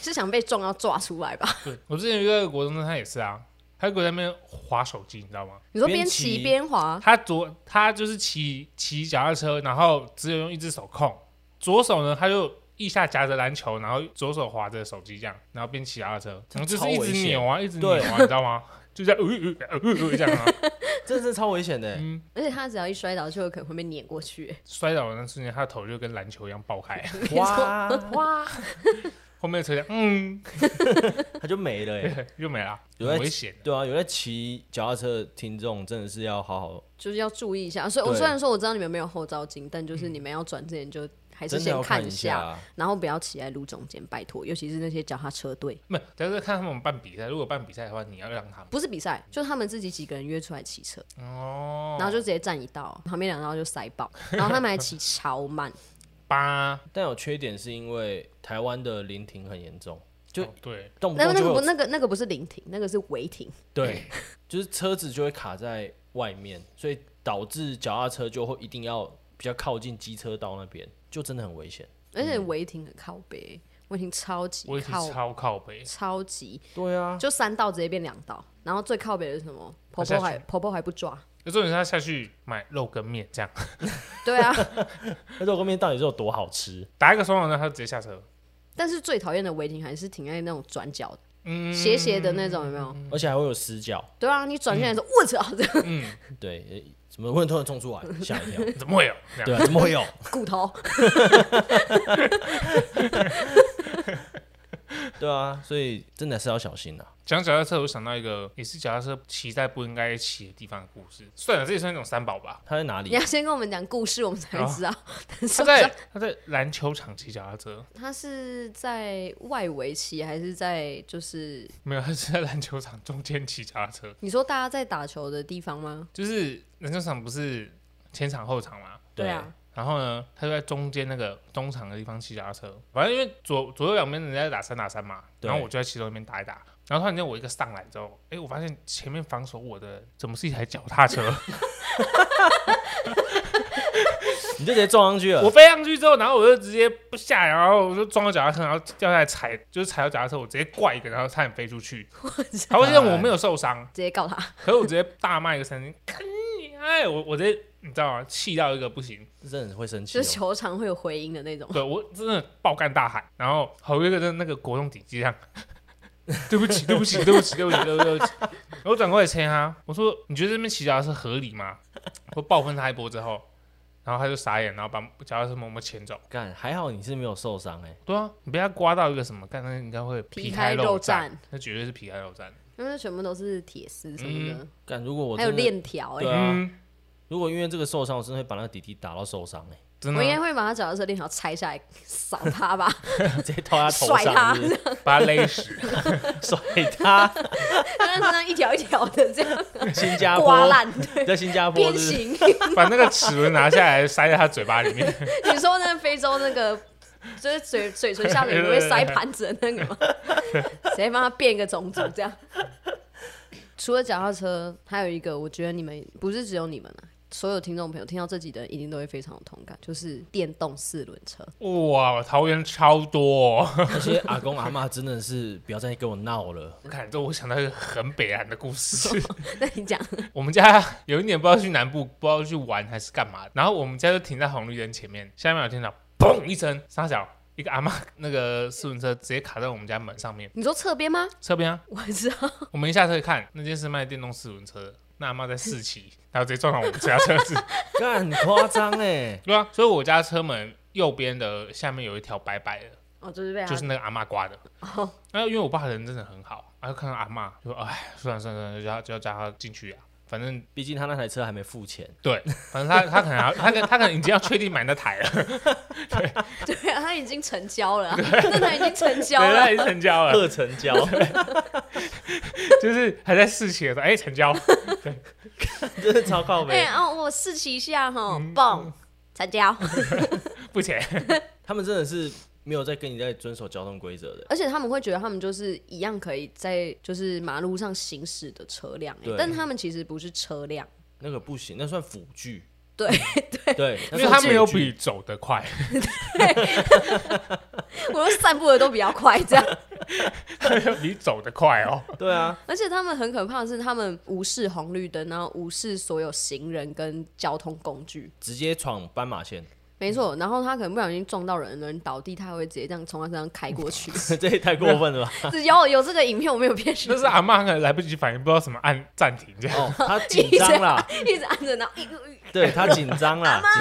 [SPEAKER 2] 是想被撞要抓出来吧？
[SPEAKER 1] 我之前有一个国中生，他也是啊，他就在那边划手机，你知道吗？
[SPEAKER 2] 你说
[SPEAKER 3] 边
[SPEAKER 2] 边
[SPEAKER 3] 骑
[SPEAKER 2] 骑边滑，
[SPEAKER 1] 他左他就是骑骑脚踏车，然后只有用一只手控，左手呢他就腋下夹着篮球，然后左手划着手机这样，然后边骑脚踏车，然后就是一直扭啊，一直扭
[SPEAKER 3] 对
[SPEAKER 1] 啊，你知道吗？就在呃呃呃呃呃这样啊，
[SPEAKER 3] 这真的超危险的欸。
[SPEAKER 2] 而且他只要一摔倒，就有可能会被碾过去、欸
[SPEAKER 1] 摔倒的那瞬间，他的头就跟篮球一样爆开，
[SPEAKER 2] [LAUGHS]
[SPEAKER 3] 哇哇，
[SPEAKER 1] 后面的车辆嗯
[SPEAKER 3] 它就没
[SPEAKER 2] [LAUGHS]
[SPEAKER 3] 了哎。
[SPEAKER 1] 又没了，
[SPEAKER 3] 有
[SPEAKER 1] 很
[SPEAKER 3] 在
[SPEAKER 1] 危险。
[SPEAKER 3] 对啊，有在骑脚踏车的听众真的是要好好，
[SPEAKER 2] 就是要注意一下。所以，
[SPEAKER 3] 对嗯
[SPEAKER 2] 我虽然说我知道你们没有后照镜，但就是你们要转之前就还是
[SPEAKER 3] 真的
[SPEAKER 2] 先
[SPEAKER 3] 要看
[SPEAKER 2] 一
[SPEAKER 3] 下
[SPEAKER 2] 下，
[SPEAKER 3] 啊。
[SPEAKER 2] 然后不要骑在路中间，拜托，尤其是那些脚踏车队，
[SPEAKER 1] 没有，但是看他们办比赛，如果办比赛的话，你要让他们
[SPEAKER 2] 不是比赛，就他们自己几个人约出来骑车，
[SPEAKER 1] 哦，
[SPEAKER 2] 然后就直接站一道，旁边两道就塞
[SPEAKER 1] [LAUGHS]
[SPEAKER 2] 爆，然后他们还骑超慢，
[SPEAKER 1] 八
[SPEAKER 3] 但有缺点是因为台湾的临停很严重，就
[SPEAKER 1] 哦嗯对，
[SPEAKER 3] 动不
[SPEAKER 2] 那个那
[SPEAKER 3] 动就
[SPEAKER 2] 个
[SPEAKER 3] 会
[SPEAKER 2] 不
[SPEAKER 3] 有
[SPEAKER 2] 那个那个不是临停，那个是违停，
[SPEAKER 3] 对，
[SPEAKER 2] [LAUGHS]
[SPEAKER 3] 就是车子就会卡在外面，所以导致脚踏车就会一定要比较靠近机车道那边，就真的很危险。
[SPEAKER 2] 而且违停很靠北，违停超级
[SPEAKER 1] 我也是
[SPEAKER 2] 靠
[SPEAKER 1] 超哎靠背，
[SPEAKER 2] 超级，
[SPEAKER 3] 对啊，
[SPEAKER 2] 就三道直接变两道，然后最靠北的是什么？婆
[SPEAKER 1] 下
[SPEAKER 2] 婆
[SPEAKER 1] 去
[SPEAKER 2] 还婆婆还不抓，
[SPEAKER 1] 就重点是他下去买肉跟面这样。
[SPEAKER 2] 对啊， [LAUGHS]
[SPEAKER 3] 那肉羹面到底是有多好吃？
[SPEAKER 1] 打一个双黄灯，他就直接下车。
[SPEAKER 2] 但是最讨厌的违停还是停在那种转角的，
[SPEAKER 1] 嗯
[SPEAKER 2] 斜斜的那种，有没有？
[SPEAKER 3] 而且还会有死角，
[SPEAKER 2] 对啊，你转进来的时候，
[SPEAKER 1] 嗯
[SPEAKER 2] 我操，这样
[SPEAKER 3] 对，诶怎么会突然冲出来，
[SPEAKER 2] [LAUGHS]
[SPEAKER 3] 吓一跳。
[SPEAKER 1] 怎么会有？这样
[SPEAKER 3] 对啊，怎么会有？
[SPEAKER 2] 骨头，
[SPEAKER 3] 对啊，所以真的是要小心啊。
[SPEAKER 1] 讲脚踏车，我想到一个也是脚踏车骑在不应该骑的地方的故事。算了，这也算一种三宝吧。
[SPEAKER 3] 它在哪
[SPEAKER 2] 你
[SPEAKER 3] 里
[SPEAKER 2] 要？先跟我们讲故事，我们才
[SPEAKER 3] 哦
[SPEAKER 2] 会知道。 [LAUGHS] 但是
[SPEAKER 1] 他
[SPEAKER 2] 我知道
[SPEAKER 1] 在他在篮球场骑脚踏车，
[SPEAKER 2] 他是在外围骑，还是在就是
[SPEAKER 1] 没有，他是在篮球场中间骑脚踏车。
[SPEAKER 2] 你说大家在打球的地方吗？
[SPEAKER 1] 就是篮球场不是前场后场嘛，
[SPEAKER 2] 啊，
[SPEAKER 1] 然后呢，他就在中间那个中场的地方骑脚踏车。反正因为左左右两边人家在打三打三嘛，
[SPEAKER 3] 对
[SPEAKER 1] 然后我就在其中一边打一打。然后突然间我一个上来之后，哎，我发现前面防守我的怎么是一台脚踏车？
[SPEAKER 3] 你就直接撞上去
[SPEAKER 1] [LAUGHS] 我
[SPEAKER 3] 了。
[SPEAKER 1] 飞上去之后，然后我就直接不下来，然后我就撞到脚踏车，然后掉下来踩，就是踩到脚踏车，我直接挂一个，然后差点飞出去。好
[SPEAKER 3] 我
[SPEAKER 1] 像我没有受伤，
[SPEAKER 2] 直接告
[SPEAKER 3] [LAUGHS]
[SPEAKER 2] 他，
[SPEAKER 1] 可是我直接大骂一个声音，看你哎！我我直接你知道吗？气到一个不行，
[SPEAKER 3] 这真的很会生气
[SPEAKER 2] 就
[SPEAKER 3] 哦、
[SPEAKER 2] 是球场会有回音的那种。
[SPEAKER 1] 对我真的爆干大喊，然后好一个在那个国中底机上， [LAUGHS] 对不起，对不起，对不起，对不起，对不起，对不起。然后我转过来牵他，我说你觉得这边骑脚踏车合理吗？我暴喷他一波之后，然后他就傻眼，然后把脚踏车默默牵走。
[SPEAKER 3] 干，还好你是没有受伤哎、
[SPEAKER 1] 对啊，你被他刮到一个什么，干那应该会
[SPEAKER 2] 皮
[SPEAKER 1] 开
[SPEAKER 2] 开
[SPEAKER 1] 肉
[SPEAKER 2] 肉
[SPEAKER 1] 绽
[SPEAKER 2] 绽，
[SPEAKER 1] 那绝对是皮开肉绽。
[SPEAKER 2] 因为全部都是铁丝什么的，
[SPEAKER 3] 干，如果嗯我
[SPEAKER 2] 还有
[SPEAKER 3] 真的，
[SPEAKER 2] 链条哎
[SPEAKER 3] 对，啊
[SPEAKER 1] 嗯，
[SPEAKER 3] 如果因为这个受伤，我真的会把那个弟弟打到
[SPEAKER 2] [LAUGHS]
[SPEAKER 3] 受伤哎、
[SPEAKER 1] 真
[SPEAKER 2] 我应
[SPEAKER 1] 的
[SPEAKER 2] 该会把他脚踏车链条拆下来扫他吧， [LAUGHS]
[SPEAKER 3] 直接套他头
[SPEAKER 2] 甩他
[SPEAKER 3] 上是不是，
[SPEAKER 1] 把他勒
[SPEAKER 2] [LAUGHS]
[SPEAKER 1] 死。
[SPEAKER 3] 甩他，
[SPEAKER 2] 但是那一条一条的这
[SPEAKER 3] [LAUGHS]
[SPEAKER 2] 样
[SPEAKER 3] 新加
[SPEAKER 2] 刮
[SPEAKER 3] 坡， [LAUGHS]
[SPEAKER 2] 烂，
[SPEAKER 3] 你在新加坡
[SPEAKER 2] 变
[SPEAKER 3] 是不是
[SPEAKER 2] 形。
[SPEAKER 1] 把那个齿轮拿下来塞在他嘴巴里面，
[SPEAKER 2] 你说那非洲那个，就是嘴嘴唇下面不会塞盘子的那个吗？ [LAUGHS] 谁帮他变一个种族这样？除了脚踏车，还有一个，我觉得你们不是只有你们啊，所有听众朋友听到这集的人一定都会非常有同感，就是电动四轮车。 [LAUGHS]
[SPEAKER 1] 哇，桃园超多、哦。
[SPEAKER 3] 那些阿公阿妈真的是不要再跟我闹了。
[SPEAKER 1] 我看这我想到一个很北岸的故
[SPEAKER 2] [LAUGHS]
[SPEAKER 1] 事。
[SPEAKER 2] 那你讲，
[SPEAKER 1] 我们家有一年不知道去南部，不知道去玩还是干嘛，然后我们家就停在红绿灯前面，下面有听到砰一声，沙小一个阿妈那个四轮车直接卡在我们家门上面
[SPEAKER 2] 你说侧边吗？
[SPEAKER 1] 车边
[SPEAKER 2] [LAUGHS]
[SPEAKER 1] 啊，
[SPEAKER 2] 我知道，
[SPEAKER 1] 我们一下车一看，那间是卖电动四轮车的，那阿妈在试骑，然后直接撞上我们家车子。
[SPEAKER 3] 干，很夸张哎，
[SPEAKER 1] 对啊，所以我家车门右边的下面有一条白白的，
[SPEAKER 2] 哦，就是被他，
[SPEAKER 1] 就是那个阿嬷刮的。
[SPEAKER 2] 哦，
[SPEAKER 1] 那、因为我爸人真的很好，然后看到阿嬷就说：“哎，算了算了算了，就叫就要叫他进去啊。”反正
[SPEAKER 3] 毕竟他那台车还没付钱。
[SPEAKER 1] 对，反正他他可能要他他可能已经要确定买那台了，
[SPEAKER 2] [LAUGHS] 对啊，他已经成交了啊，那他已经成交
[SPEAKER 1] 对，
[SPEAKER 2] 了
[SPEAKER 1] 他已，经成交了，
[SPEAKER 3] [LAUGHS] 二成交，
[SPEAKER 1] 就是还在试骑的时候，哎，成交， [LAUGHS]
[SPEAKER 3] 真的超靠
[SPEAKER 2] 哎、
[SPEAKER 3] 背。
[SPEAKER 2] 哦，我试骑一下哈
[SPEAKER 1] 嗯，
[SPEAKER 2] 蹦，成交。
[SPEAKER 1] 付钱，
[SPEAKER 3] 他们真的是没有在跟你在遵守交通规则的。
[SPEAKER 2] 而且他们会觉得他们就是一样可以在就是马路上行驶的车辆、欸
[SPEAKER 3] 对，
[SPEAKER 2] 但他们其实不是车辆， [LAUGHS]
[SPEAKER 3] 那个不行，那算辅具。
[SPEAKER 2] 对
[SPEAKER 3] 对对，
[SPEAKER 1] 因
[SPEAKER 3] 那
[SPEAKER 1] 为
[SPEAKER 3] 算
[SPEAKER 1] 他没有
[SPEAKER 3] 辅具
[SPEAKER 1] 比走得快， [LAUGHS]
[SPEAKER 2] 我们散步的都比较快这样。 [LAUGHS]
[SPEAKER 1] 比走得快哦，
[SPEAKER 3] 对啊，
[SPEAKER 2] 而且他们很可怕的是，他们无视红绿灯，然后无视所有行人跟交通工具。
[SPEAKER 3] 直接闯斑马线， [LAUGHS]
[SPEAKER 2] 没错，然后他可能不小心撞到人，人倒地，他还会直接这样从他身上开过去。 [LAUGHS]
[SPEAKER 3] 这也太过分了吧？
[SPEAKER 2] 只有有这个影片，我没有骗你
[SPEAKER 1] 那，是阿妈可能来不及反应，不知道什么按暂停这样，
[SPEAKER 3] 哦，他紧张啦，
[SPEAKER 2] [LAUGHS] 一直按着，然后一
[SPEAKER 3] 对他紧张啦，紧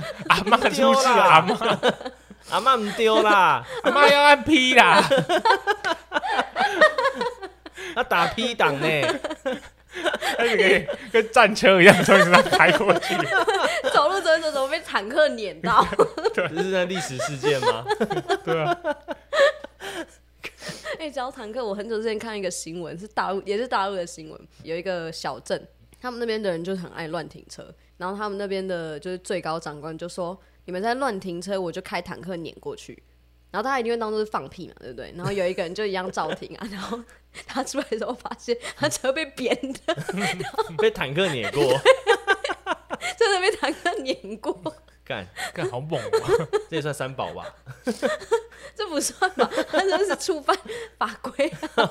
[SPEAKER 1] 对
[SPEAKER 3] 张，
[SPEAKER 1] 阿妈出事
[SPEAKER 3] 丢
[SPEAKER 1] 了，
[SPEAKER 3] 啦
[SPEAKER 1] 阿妈
[SPEAKER 3] [LAUGHS] 阿妈唔丢啦，
[SPEAKER 1] 阿妈要按 P 啦，
[SPEAKER 3] 他打 P 档呢，
[SPEAKER 1] 他就可以跟战车一样从你身上开过去，
[SPEAKER 2] 走路走一走走被坦克碾到，
[SPEAKER 3] 这是在历史事件吗？
[SPEAKER 1] 对啊，
[SPEAKER 2] 哎、讲到坦克，我很久之前看一个新闻，是大陆，也是大陆的新闻，有一个小镇，他们那边的人就很爱乱停车，然后他们那边的就是最高长官就说：“你们在乱停车，我就开坦克碾过去。”然后大家一定会当做是放屁嘛，对不对？然后有一个人就一样照停啊，然 [LAUGHS] 后他出来的时候发现他车被扁的，
[SPEAKER 3] 被坦克碾
[SPEAKER 2] [LAUGHS]
[SPEAKER 3] 过，[LAUGHS]
[SPEAKER 2] 真的被坦克碾过，
[SPEAKER 3] 干，
[SPEAKER 1] [LAUGHS] 干好猛哦，
[SPEAKER 3] 这也算三宝吧？
[SPEAKER 2] 这不算吧？他真的是触犯法规、啊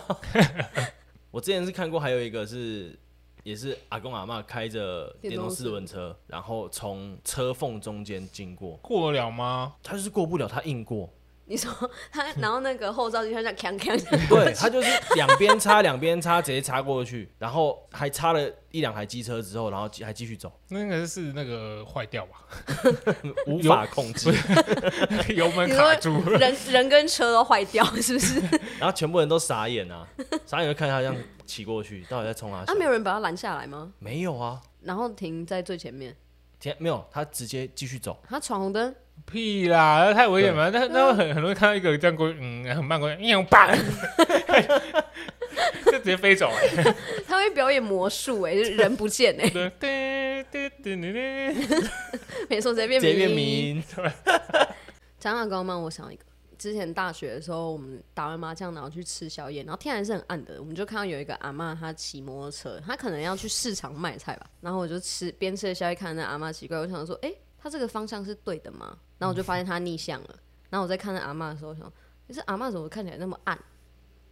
[SPEAKER 3] 我之前是看过，还有一个是。也是阿公阿嬷开着电动四轮车，然后从车缝中间经过，
[SPEAKER 1] 过得了吗？
[SPEAKER 3] 他就是过不了，他硬过，
[SPEAKER 2] [LAUGHS] 你说他，然后那个后照镜像锵锵锵
[SPEAKER 3] 对，他就是两边插，两边插，直接插过去，然后还插了一两台机车之后，然后继还继续走，
[SPEAKER 1] 那个是那个坏掉 [LAUGHS] 吧，
[SPEAKER 3] 无法控制。
[SPEAKER 1] 油门
[SPEAKER 2] 你
[SPEAKER 1] 卡
[SPEAKER 2] 说
[SPEAKER 1] 住，
[SPEAKER 2] 人人跟车都坏掉，是不是？
[SPEAKER 3] 然后全部人都傻眼啊，傻眼就看他这样骑过去，到底在冲他笑
[SPEAKER 2] 啊，？没有人把他拦下来吗？
[SPEAKER 3] 没有啊，
[SPEAKER 2] 然后停在最前面，
[SPEAKER 3] 天没有，他直接继续走。
[SPEAKER 2] 他闯红灯， [LAUGHS]
[SPEAKER 1] 屁啦，那太危险了，那那会很很容易看到一个这样过去，嗯，很慢过去，喵棒， [LAUGHS] 就直接飞走了，
[SPEAKER 2] 他会表演魔术哎、就是人不见 [LAUGHS] 哎、
[SPEAKER 1] 对对对对对对，
[SPEAKER 2] 没错，随便
[SPEAKER 3] 直接变
[SPEAKER 2] 迷。
[SPEAKER 3] 民，
[SPEAKER 2] 讲到刚刚我想一个，之前大学的时候，我们打完麻将然后去吃宵夜，然后天还是很暗的，我们就看到有一个阿嬷，她骑摩托车，她可能要去市场卖菜吧，然后我就吃边吃着宵夜，看着那阿嬷奇怪，我想说，哎、她这个方向是对的吗？然后我就发现她逆向了，然后我在看那阿嬷的时候，我想，可是阿嬷怎么看起来那么暗？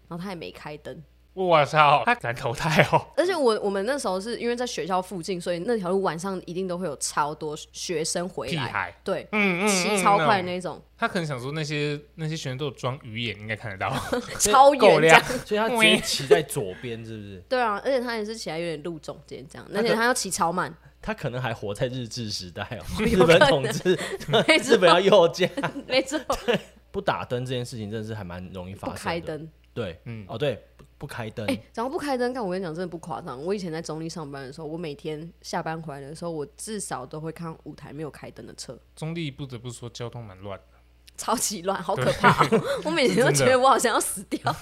[SPEAKER 2] 然后她也没开灯。
[SPEAKER 1] 我操，他敢投胎哦，
[SPEAKER 2] 而且我我们那时候是因为在学校附近，所以那条路晚上一定都会有超多学生回
[SPEAKER 1] 屁
[SPEAKER 2] 来，
[SPEAKER 1] 孩，
[SPEAKER 2] 对，
[SPEAKER 1] 嗯嗯，
[SPEAKER 2] 骑
[SPEAKER 1] 嗯
[SPEAKER 2] 超快那种，
[SPEAKER 1] 他可能想说那些那些学生都有装鱼眼，应该看得 [LAUGHS] 到，
[SPEAKER 2] 超
[SPEAKER 1] 够
[SPEAKER 2] 远这
[SPEAKER 1] 亮
[SPEAKER 2] 样。，
[SPEAKER 3] 所以他直接骑在左边，是不是？
[SPEAKER 2] [LAUGHS] 对啊，而且他也是起来有点路中间这样，
[SPEAKER 3] 那
[SPEAKER 2] 而
[SPEAKER 3] 个
[SPEAKER 2] 且他要骑超慢，
[SPEAKER 3] 他可能还活在日治时代
[SPEAKER 2] [LAUGHS]
[SPEAKER 3] 哦、日本统治，
[SPEAKER 2] 没
[SPEAKER 3] 日
[SPEAKER 2] 错
[SPEAKER 3] 本要右驾，
[SPEAKER 2] [LAUGHS] 没错，
[SPEAKER 3] 不打灯这件事情真的是还蛮容易发
[SPEAKER 2] 不
[SPEAKER 3] 生的。
[SPEAKER 2] 开，灯。
[SPEAKER 3] 对，
[SPEAKER 1] 嗯，
[SPEAKER 3] 哦对，不不开灯，
[SPEAKER 2] 哎，然后不开灯，但我跟你讲，真的不夸张。我以前在中立上班的时候，我每天下班回来的时候，我至少都会看舞台没有开灯的车，
[SPEAKER 1] 中立不得不说交通蛮乱的，
[SPEAKER 2] 超级乱，好可怕哦、 [LAUGHS] 我每天都觉
[SPEAKER 1] 真
[SPEAKER 2] 得我好像要死掉。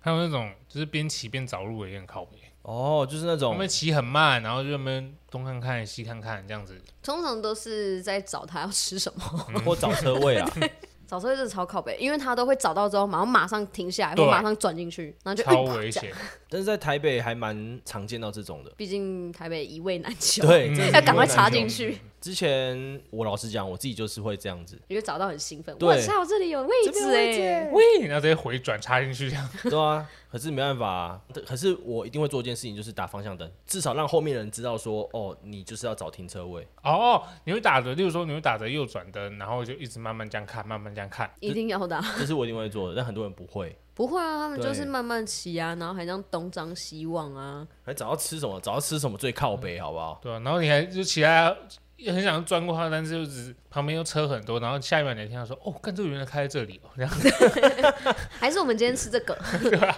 [SPEAKER 1] 还有那种就是边骑边找路的也很靠北，
[SPEAKER 3] 哦，就是那
[SPEAKER 1] 我
[SPEAKER 3] 种
[SPEAKER 1] 们骑很慢，然后就在那边东看看西看看这样子，
[SPEAKER 2] 通常都是在找他要吃什么。
[SPEAKER 3] 或找车位啊，
[SPEAKER 2] 找车真的超靠北，因为他都会找到之后，马上马上停下来，
[SPEAKER 1] 对
[SPEAKER 2] 或马上转进去，然后就哎
[SPEAKER 1] 超
[SPEAKER 2] 一跑
[SPEAKER 1] 危
[SPEAKER 2] 这样
[SPEAKER 1] 险。
[SPEAKER 3] 但是在台北还蛮常见到这种的。
[SPEAKER 2] 毕竟台北一位难求，
[SPEAKER 3] 对，
[SPEAKER 1] 嗯
[SPEAKER 3] 这是
[SPEAKER 2] 要赶快
[SPEAKER 3] 一个
[SPEAKER 2] 插
[SPEAKER 3] 难
[SPEAKER 2] 进
[SPEAKER 3] 求。
[SPEAKER 2] 去，
[SPEAKER 3] 之前我老实讲，我自己就是会这样子，
[SPEAKER 2] 你就找到很兴奋。
[SPEAKER 3] 对
[SPEAKER 2] 我操，这里有位
[SPEAKER 3] 这边有
[SPEAKER 2] 置
[SPEAKER 3] 位置
[SPEAKER 2] 哎！
[SPEAKER 1] 喂，然后直接回转插进去这样。 [LAUGHS]
[SPEAKER 3] 对啊。可是没办法、啊，可是我一定会做一件事情，就是打方向灯，至少让后面人知道说，哦，你就是要找停车位。
[SPEAKER 1] 哦，你会打着，例如说你会打着右转灯，然后就一直慢慢这样看，慢慢这样看。
[SPEAKER 2] 一定要的啊，
[SPEAKER 3] 这是我一定会做的，但很多人不会，
[SPEAKER 2] 不会啊，他们
[SPEAKER 3] 对
[SPEAKER 2] 就是慢慢骑啊，然后还这样东张西望啊，
[SPEAKER 3] 哎还找到吃什么，找到吃什么最靠北，好不好？
[SPEAKER 1] 对啊，然后你还就其他也很想钻过他，但是就只是旁边又车很多，然后下一秒你听到说，哦，干这个原来开在这里哦，然 [LAUGHS] 后
[SPEAKER 2] 还是我们今天吃
[SPEAKER 3] [LAUGHS]
[SPEAKER 2] 这个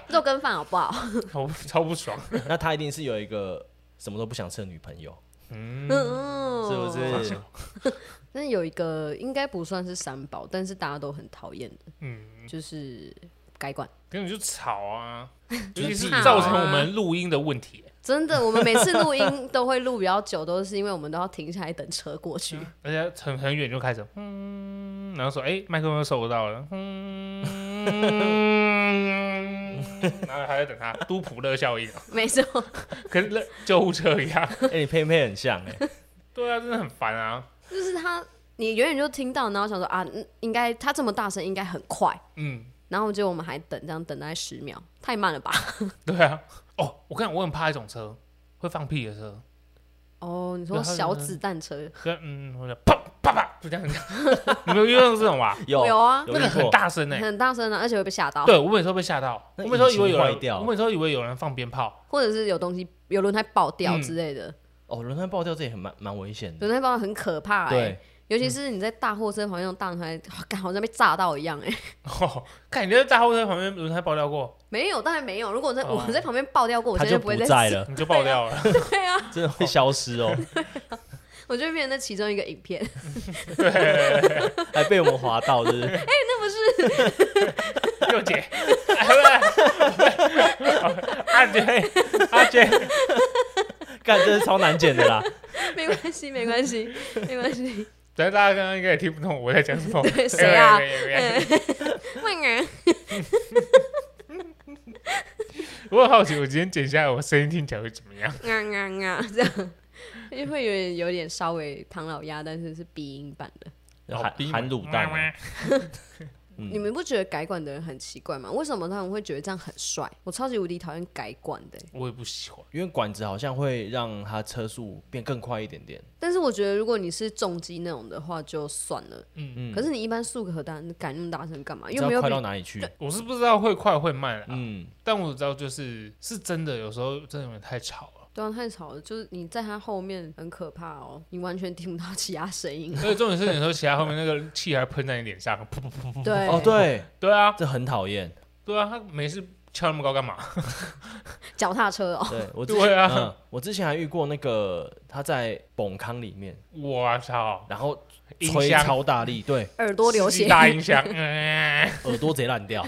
[SPEAKER 2] 肉羹饭好不好？
[SPEAKER 1] 超超不爽，
[SPEAKER 3] 那他一定是有一个什么都不想吃的女朋友，
[SPEAKER 1] 嗯，
[SPEAKER 2] 嗯，
[SPEAKER 3] 是不是？
[SPEAKER 2] 但有一个应该不算是三宝，但是大家都很讨厌的，
[SPEAKER 1] 嗯，
[SPEAKER 2] 就是改管。
[SPEAKER 1] 根本就吵
[SPEAKER 2] [LAUGHS]
[SPEAKER 1] 啊，尤
[SPEAKER 3] 就是
[SPEAKER 1] 其是
[SPEAKER 2] 吵啊
[SPEAKER 1] 造成我们录音的问题，
[SPEAKER 2] 真的，我们每次录音都会录比较久，都是因为我们都要停下来等车过去。
[SPEAKER 1] 而且很很远就开始，嗯，然后说，哎、麦克风收不到了，嗯， [LAUGHS] 然后还要等他，都普勒效应，啊
[SPEAKER 2] 没错，
[SPEAKER 1] 跟勒救护车一样， [LAUGHS]
[SPEAKER 3] 哎、你配配很像
[SPEAKER 2] [LAUGHS]
[SPEAKER 3] 哎、
[SPEAKER 1] 对啊，真的很烦啊，
[SPEAKER 2] 就是他，你远远就听到，然后想说啊，嗯应该他这么大声，应该很快。
[SPEAKER 1] 嗯，
[SPEAKER 2] 然后结果我们还等，这样等大概十秒，太慢了吧？
[SPEAKER 1] 对啊，哦，我跟你讲，我很怕一种车，会放屁的车。
[SPEAKER 2] 哦，你说小子弹车
[SPEAKER 1] 跟嗯，我就砰啪啪，就这样 [LAUGHS] 子。你们有遇到这种吧？
[SPEAKER 3] 有
[SPEAKER 2] 有啊
[SPEAKER 3] 有
[SPEAKER 1] 那个
[SPEAKER 3] 遇
[SPEAKER 1] 很
[SPEAKER 3] 过
[SPEAKER 1] 大声呢、
[SPEAKER 2] 很大声啊，而且会被吓到，
[SPEAKER 1] 对我每次都被吓到，
[SPEAKER 3] 那
[SPEAKER 1] 我每次都以为有
[SPEAKER 3] 引擎坏掉
[SPEAKER 1] 人，我每次都以为有人放鞭炮。
[SPEAKER 2] 或者是有东西有轮胎爆掉
[SPEAKER 1] 嗯
[SPEAKER 2] 之类的，
[SPEAKER 3] 哦，轮胎爆掉这也很蛮蛮危险的。
[SPEAKER 2] 轮胎爆掉很可怕、欸。
[SPEAKER 3] 对，
[SPEAKER 2] 尤其是你在大货车旁边那种 [LAUGHS] 大轮胎，哇感、好像被炸到一样哎、
[SPEAKER 1] 哦，看你在大货车旁边轮胎爆掉
[SPEAKER 3] [LAUGHS]
[SPEAKER 1] 过，
[SPEAKER 2] 没有，当然没有。如果我在、
[SPEAKER 1] 哦
[SPEAKER 2] 我在旁边爆掉过，我
[SPEAKER 3] 它
[SPEAKER 2] 现
[SPEAKER 3] 就
[SPEAKER 2] 不
[SPEAKER 3] 不
[SPEAKER 2] 会再
[SPEAKER 3] 在
[SPEAKER 2] 试。
[SPEAKER 3] 了，
[SPEAKER 1] 你就爆
[SPEAKER 3] [LAUGHS]
[SPEAKER 1] 掉了。
[SPEAKER 2] [LAUGHS] 对啊，
[SPEAKER 3] 真的会消失哦，
[SPEAKER 2] 我就会变成那其中一个影片。
[SPEAKER 3] 还被我们划到，是不是？ [LAUGHS]
[SPEAKER 1] 六姐，哎喂阿杰，阿杰，
[SPEAKER 3] 干，这是超难剪的啦。
[SPEAKER 2] [LAUGHS] 没关系，没关系，没关
[SPEAKER 3] [LAUGHS]
[SPEAKER 2] 系。
[SPEAKER 1] 等下大家刚刚应该也听不懂我在讲什么。
[SPEAKER 2] 对谁啊
[SPEAKER 1] 哎喂喂喂
[SPEAKER 2] [LAUGHS]
[SPEAKER 1] 喂
[SPEAKER 2] 问人
[SPEAKER 1] 我很好奇，我今天剪下来，我声音听起来会怎么样？
[SPEAKER 2] 啊啊啊，这样就会有点有点稍微唐老鸭，但是是鼻音版的。
[SPEAKER 3] 含
[SPEAKER 1] 好逼
[SPEAKER 3] 含卤蛋
[SPEAKER 2] 嗯
[SPEAKER 3] 啊，
[SPEAKER 1] 嗯
[SPEAKER 3] 嗯
[SPEAKER 2] 你们不觉得改管的人很奇怪吗？为什么他们会觉得这样很帅？我超级无敌讨厌改管的欸、
[SPEAKER 1] 我也不喜欢。
[SPEAKER 3] 因为管子好像会让它车速变更快一点点。
[SPEAKER 2] 但是我觉得如果你是重击那种的话就算了，
[SPEAKER 1] 嗯
[SPEAKER 3] 嗯
[SPEAKER 2] 可是你一般速可达，你改那么大声干嘛？
[SPEAKER 3] 你
[SPEAKER 2] 又
[SPEAKER 3] 知
[SPEAKER 2] 没
[SPEAKER 3] 道
[SPEAKER 2] 有
[SPEAKER 3] 快
[SPEAKER 2] 比
[SPEAKER 3] 到哪里去？
[SPEAKER 1] 我是不知道会快会慢啊，
[SPEAKER 3] 嗯，
[SPEAKER 1] 但我知道就是是真的，有时候真的有点太吵了。
[SPEAKER 2] 对啊，太吵了，就是你在他后面很可怕哦，你完全听不到其他声
[SPEAKER 3] [LAUGHS]
[SPEAKER 2] 音。
[SPEAKER 1] 而且重点是，有时候骑在后面那个气还喷在你脸上，噗噗噗噗。
[SPEAKER 2] 对，
[SPEAKER 3] 哦，对，
[SPEAKER 1] 对啊，
[SPEAKER 3] 这很讨厌。
[SPEAKER 1] 对啊，他没事翘那么高干嘛？
[SPEAKER 2] 脚踏车哦，
[SPEAKER 3] 对我之
[SPEAKER 1] 对啊
[SPEAKER 3] 嗯，我之前还遇过那个他在蹦康里面，
[SPEAKER 1] 我操，
[SPEAKER 3] 然后
[SPEAKER 1] 音
[SPEAKER 3] 吹
[SPEAKER 1] 箱
[SPEAKER 3] 超大力，对，
[SPEAKER 2] 耳朵流
[SPEAKER 1] 世纪
[SPEAKER 2] 血。
[SPEAKER 1] 大音箱，嗯
[SPEAKER 3] 耳朵贼烂掉。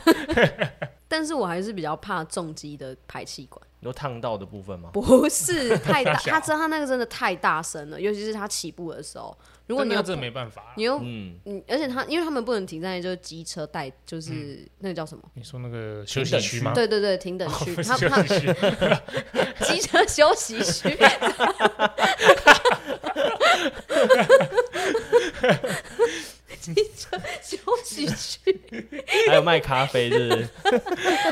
[SPEAKER 2] [LAUGHS] 但是我还是比较怕重击的排气管，
[SPEAKER 3] 你说烫到的部分吗？
[SPEAKER 2] 不是
[SPEAKER 1] [LAUGHS]
[SPEAKER 2] 太大，
[SPEAKER 1] 小
[SPEAKER 2] 他知道他那个真的太大声了，尤其是他起步的时候，如果你
[SPEAKER 1] 真
[SPEAKER 2] 又
[SPEAKER 1] 的
[SPEAKER 2] 不
[SPEAKER 1] 这没办法啊。
[SPEAKER 2] 你又 [LAUGHS]
[SPEAKER 3] 嗯，
[SPEAKER 2] 嗯，而且他因为他们不能停在就是机车带，
[SPEAKER 1] 嗯
[SPEAKER 2] 就是那个叫什么？
[SPEAKER 1] 你说那个休息区吗？
[SPEAKER 2] 对对对，停等区，
[SPEAKER 1] 啊 [LAUGHS] 哦不是
[SPEAKER 2] 他
[SPEAKER 1] 休
[SPEAKER 2] 他
[SPEAKER 1] 息区， [LAUGHS]
[SPEAKER 2] 机车休息区， [LAUGHS] 机车休息区，
[SPEAKER 3] 还有卖咖啡，是不是？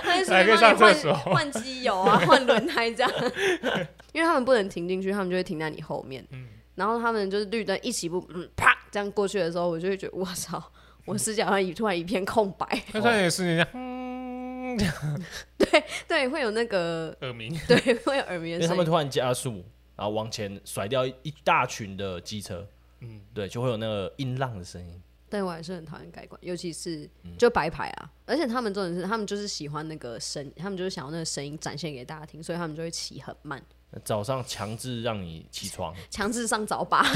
[SPEAKER 2] 还是
[SPEAKER 1] 还可以上厕所
[SPEAKER 2] 帮你换换机油啊，换轮胎这样。
[SPEAKER 1] [LAUGHS]
[SPEAKER 2] 因为他们不能停进去，他们就会停在你后面。
[SPEAKER 1] 嗯
[SPEAKER 2] 然后他们就是绿灯一起步，嗯，啪这样过去的时候，我就会觉得哇
[SPEAKER 1] 嗯
[SPEAKER 2] 操，我视角上一突然一片空
[SPEAKER 1] [LAUGHS]
[SPEAKER 2] 白。
[SPEAKER 1] 那算也是人家嗯这样
[SPEAKER 2] 对，会有那个 [LAUGHS]
[SPEAKER 1] 耳鸣，
[SPEAKER 2] 对，会有耳鸣
[SPEAKER 3] 因
[SPEAKER 2] 的
[SPEAKER 3] 为他
[SPEAKER 2] 声
[SPEAKER 3] 们
[SPEAKER 2] 音。
[SPEAKER 3] 突然加速，然后往前甩掉一一大群的机车，嗯，对，就会有那个音浪的声音。
[SPEAKER 2] 但我还是很讨厌改管，尤其是
[SPEAKER 1] 嗯
[SPEAKER 2] 就白牌啊。而且他们重点是，他们就是喜欢那个声，他们就是想要那个声音展现给大家听，所以他们就会骑很慢，
[SPEAKER 3] 那早上强制让你起床，
[SPEAKER 2] 强制上早八，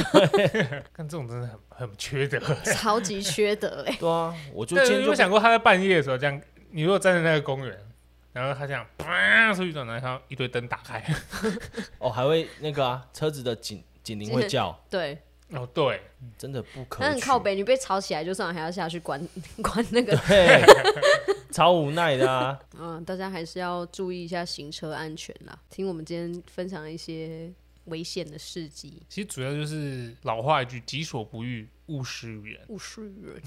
[SPEAKER 2] [LAUGHS]
[SPEAKER 1] 但这种真的很很缺德。
[SPEAKER 2] 超级缺德哎、
[SPEAKER 3] 对啊，我就
[SPEAKER 1] 但
[SPEAKER 3] 今
[SPEAKER 1] 是
[SPEAKER 3] 天
[SPEAKER 1] 你有
[SPEAKER 3] 就
[SPEAKER 1] 想过他在半夜的时候这样？你如果站在那个公园，然后他这样啪出去转头，然后看到一堆灯打开，
[SPEAKER 3] 哦，还会那个啊，车子的警警铃会叫，
[SPEAKER 2] 对，
[SPEAKER 1] 哦对，
[SPEAKER 3] 真的不可
[SPEAKER 2] 那很靠
[SPEAKER 3] 取
[SPEAKER 2] 北，你被吵起来就算了，还要下去管 [LAUGHS] 管那个。
[SPEAKER 3] 对， [LAUGHS] 超无奈的啊。
[SPEAKER 2] 嗯，大家还是要注意一下行车安全啦。听我们今天分享一些危险的事迹，
[SPEAKER 1] 其实主要就是老话一句，己所不欲，勿施于人。
[SPEAKER 2] 不是人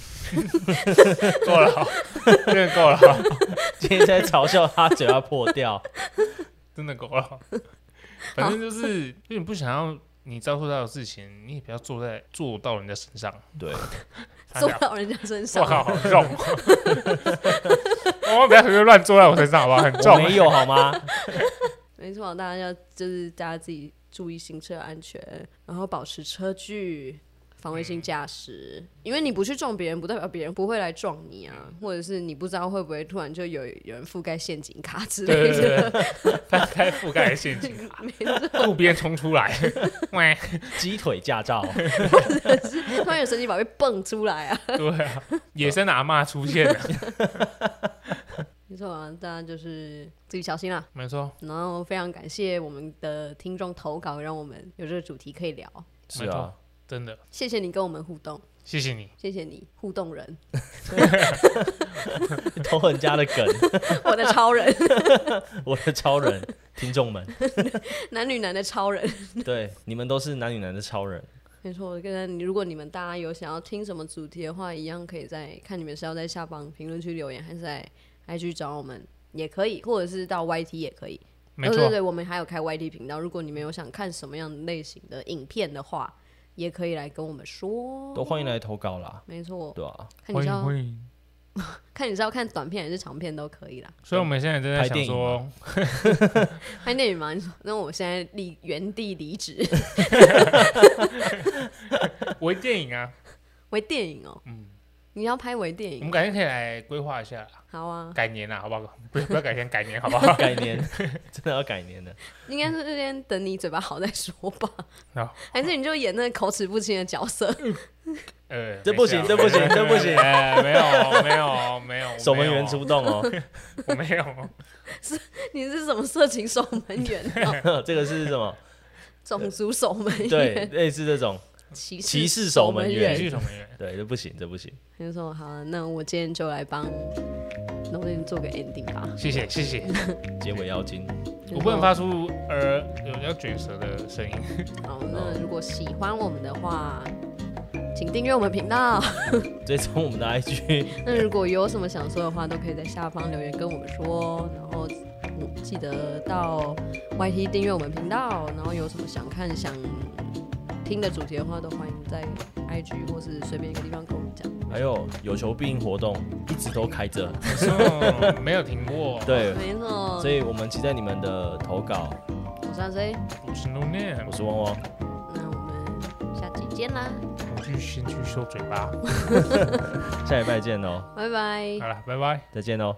[SPEAKER 1] 够了哦， [LAUGHS] 真的够了哦，
[SPEAKER 3] 今天在嘲笑他嘴巴破掉，
[SPEAKER 1] 真的够了哦。反正就是，因为你不想要你遭受到的事情，你也不要坐在坐到人家身上。
[SPEAKER 3] [LAUGHS] 对，
[SPEAKER 1] 他
[SPEAKER 2] 坐
[SPEAKER 1] 讲
[SPEAKER 2] 到人家身
[SPEAKER 1] 我
[SPEAKER 2] 上，
[SPEAKER 1] 靠，好重 [LAUGHS] 哦！我们不要随便 [LAUGHS] 乱坐在我身上，好不好？很
[SPEAKER 3] 我
[SPEAKER 1] 重。
[SPEAKER 3] 没有好吗？
[SPEAKER 2] 没错，大家要就是大家自己注意行车安全，然后保持车距。防卫
[SPEAKER 1] 嗯
[SPEAKER 2] 性驾驶，因为你不去撞别人，不代表别人不会来撞你啊，或者是你不知道会不会突然就有有人覆盖陷阱卡之类
[SPEAKER 1] 对
[SPEAKER 2] 的。
[SPEAKER 1] 对对，翻开覆盖的陷阱，
[SPEAKER 2] [LAUGHS] 没错，
[SPEAKER 1] 路边冲出来，喂，
[SPEAKER 3] 鸡腿驾 [LAUGHS] 照，
[SPEAKER 2] 突然有神奇宝贝蹦出来啊！
[SPEAKER 1] 对啊，野生阿嬷出现了，
[SPEAKER 2] 没错啊，大家就是自己小心啦。
[SPEAKER 1] 没错，
[SPEAKER 2] 然后非常感谢我们的听众投稿，让我们有这个主题可以聊。
[SPEAKER 3] 是啊，
[SPEAKER 1] 真的，
[SPEAKER 2] 谢谢你跟我们互动，
[SPEAKER 1] 谢谢你，
[SPEAKER 2] 谢谢你互动人， [LAUGHS]
[SPEAKER 3] 偷人家的梗， [LAUGHS]
[SPEAKER 2] 我的超人， [LAUGHS]
[SPEAKER 3] 我的超人，听众们，
[SPEAKER 2] 男女男的超人。
[SPEAKER 3] 对，你们都是男女男的超人，
[SPEAKER 2] 没错，我跟你，如果你们大家有想要听什么主题的话，一样可以在看你们是要在下方评论区留言，还是在 IG 找我们也可以，或者是到 YT 也可以。
[SPEAKER 1] 没
[SPEAKER 2] 哦对
[SPEAKER 1] 错，
[SPEAKER 2] 对，我们还有开 YT 频道，如果你们有想看什么样类型的影片的话，也可以来跟我们说。
[SPEAKER 3] 都欢迎来投稿啦，
[SPEAKER 2] 没错，
[SPEAKER 3] 对啊，
[SPEAKER 2] 看你
[SPEAKER 1] 欢
[SPEAKER 2] 是
[SPEAKER 1] 迎
[SPEAKER 2] 要
[SPEAKER 1] 欢迎。
[SPEAKER 2] 看你是要看短片还是长片都可以啦。
[SPEAKER 1] 所以我们现在正在
[SPEAKER 3] 拍
[SPEAKER 1] 想
[SPEAKER 3] 电影
[SPEAKER 1] 说，
[SPEAKER 2] 看电影吗？你说，那我现在离原地离
[SPEAKER 1] [LAUGHS]
[SPEAKER 2] 职
[SPEAKER 1] 微电影啊，
[SPEAKER 2] 为电影哦、
[SPEAKER 1] 嗯，
[SPEAKER 2] 你要拍为电
[SPEAKER 1] 我
[SPEAKER 2] 影
[SPEAKER 1] 们，改天可以来规划一下啦，
[SPEAKER 2] 好啊，
[SPEAKER 1] 改年啦，好不好？不不要改天，改年好不
[SPEAKER 3] [LAUGHS]
[SPEAKER 1] 好？
[SPEAKER 3] [LAUGHS] 改年，真的要改年的，
[SPEAKER 2] 应该是这边等你嘴巴好再说吧。
[SPEAKER 1] 好
[SPEAKER 2] 还是你就演那个口齿不清的角
[SPEAKER 1] [LAUGHS]
[SPEAKER 2] 色，
[SPEAKER 1] 呃，
[SPEAKER 3] 这不行这不行这不行
[SPEAKER 1] 哎，没有没有没有，
[SPEAKER 3] 守门员出动哦
[SPEAKER 1] 我没有，
[SPEAKER 2] 你是什么色情守门员、
[SPEAKER 1] [LAUGHS]
[SPEAKER 2] 啊？
[SPEAKER 3] 哦， [LAUGHS] 这个是什么？
[SPEAKER 2] 种族守门
[SPEAKER 3] 对，
[SPEAKER 2] 员？
[SPEAKER 3] 类似这种，
[SPEAKER 2] 歧视
[SPEAKER 3] 歧视守门
[SPEAKER 1] 继
[SPEAKER 3] 员
[SPEAKER 1] 续守门员，
[SPEAKER 3] 对，这不行，这不行，
[SPEAKER 2] 就说好、啊，那我今天就来帮农人做个 ending 吧。
[SPEAKER 1] 谢谢谢谢，
[SPEAKER 3] 结尾要精，
[SPEAKER 1] 我不能发出呃有要卷舌的声音，
[SPEAKER 2] 好，那如果喜欢我们的话，请订阅我们频道。
[SPEAKER 3] 追踪我们的 IG，
[SPEAKER 2] 那如果有什么想说的话，都可以在下方留言跟我们说，然后嗯记得到 YT 订阅我们频道，然后有什么想看、想听的主题的话，都欢迎在 IG 或是随便一个地方跟我们讲。
[SPEAKER 3] 还有有求必应活动一直都开着，
[SPEAKER 1] 嗯没有停过，，
[SPEAKER 3] 对，
[SPEAKER 2] 没错
[SPEAKER 3] 所，以我们期待你们的投稿。
[SPEAKER 2] 我是阿 Z，
[SPEAKER 1] 我是 No Name，
[SPEAKER 3] 我是汪汪，
[SPEAKER 2] 那我们下期见啦，
[SPEAKER 1] 我去先去收嘴巴，
[SPEAKER 3] 下礼拜见哦，
[SPEAKER 2] 拜拜 [LAUGHS]
[SPEAKER 1] 好。了，拜拜。
[SPEAKER 3] 再见哦。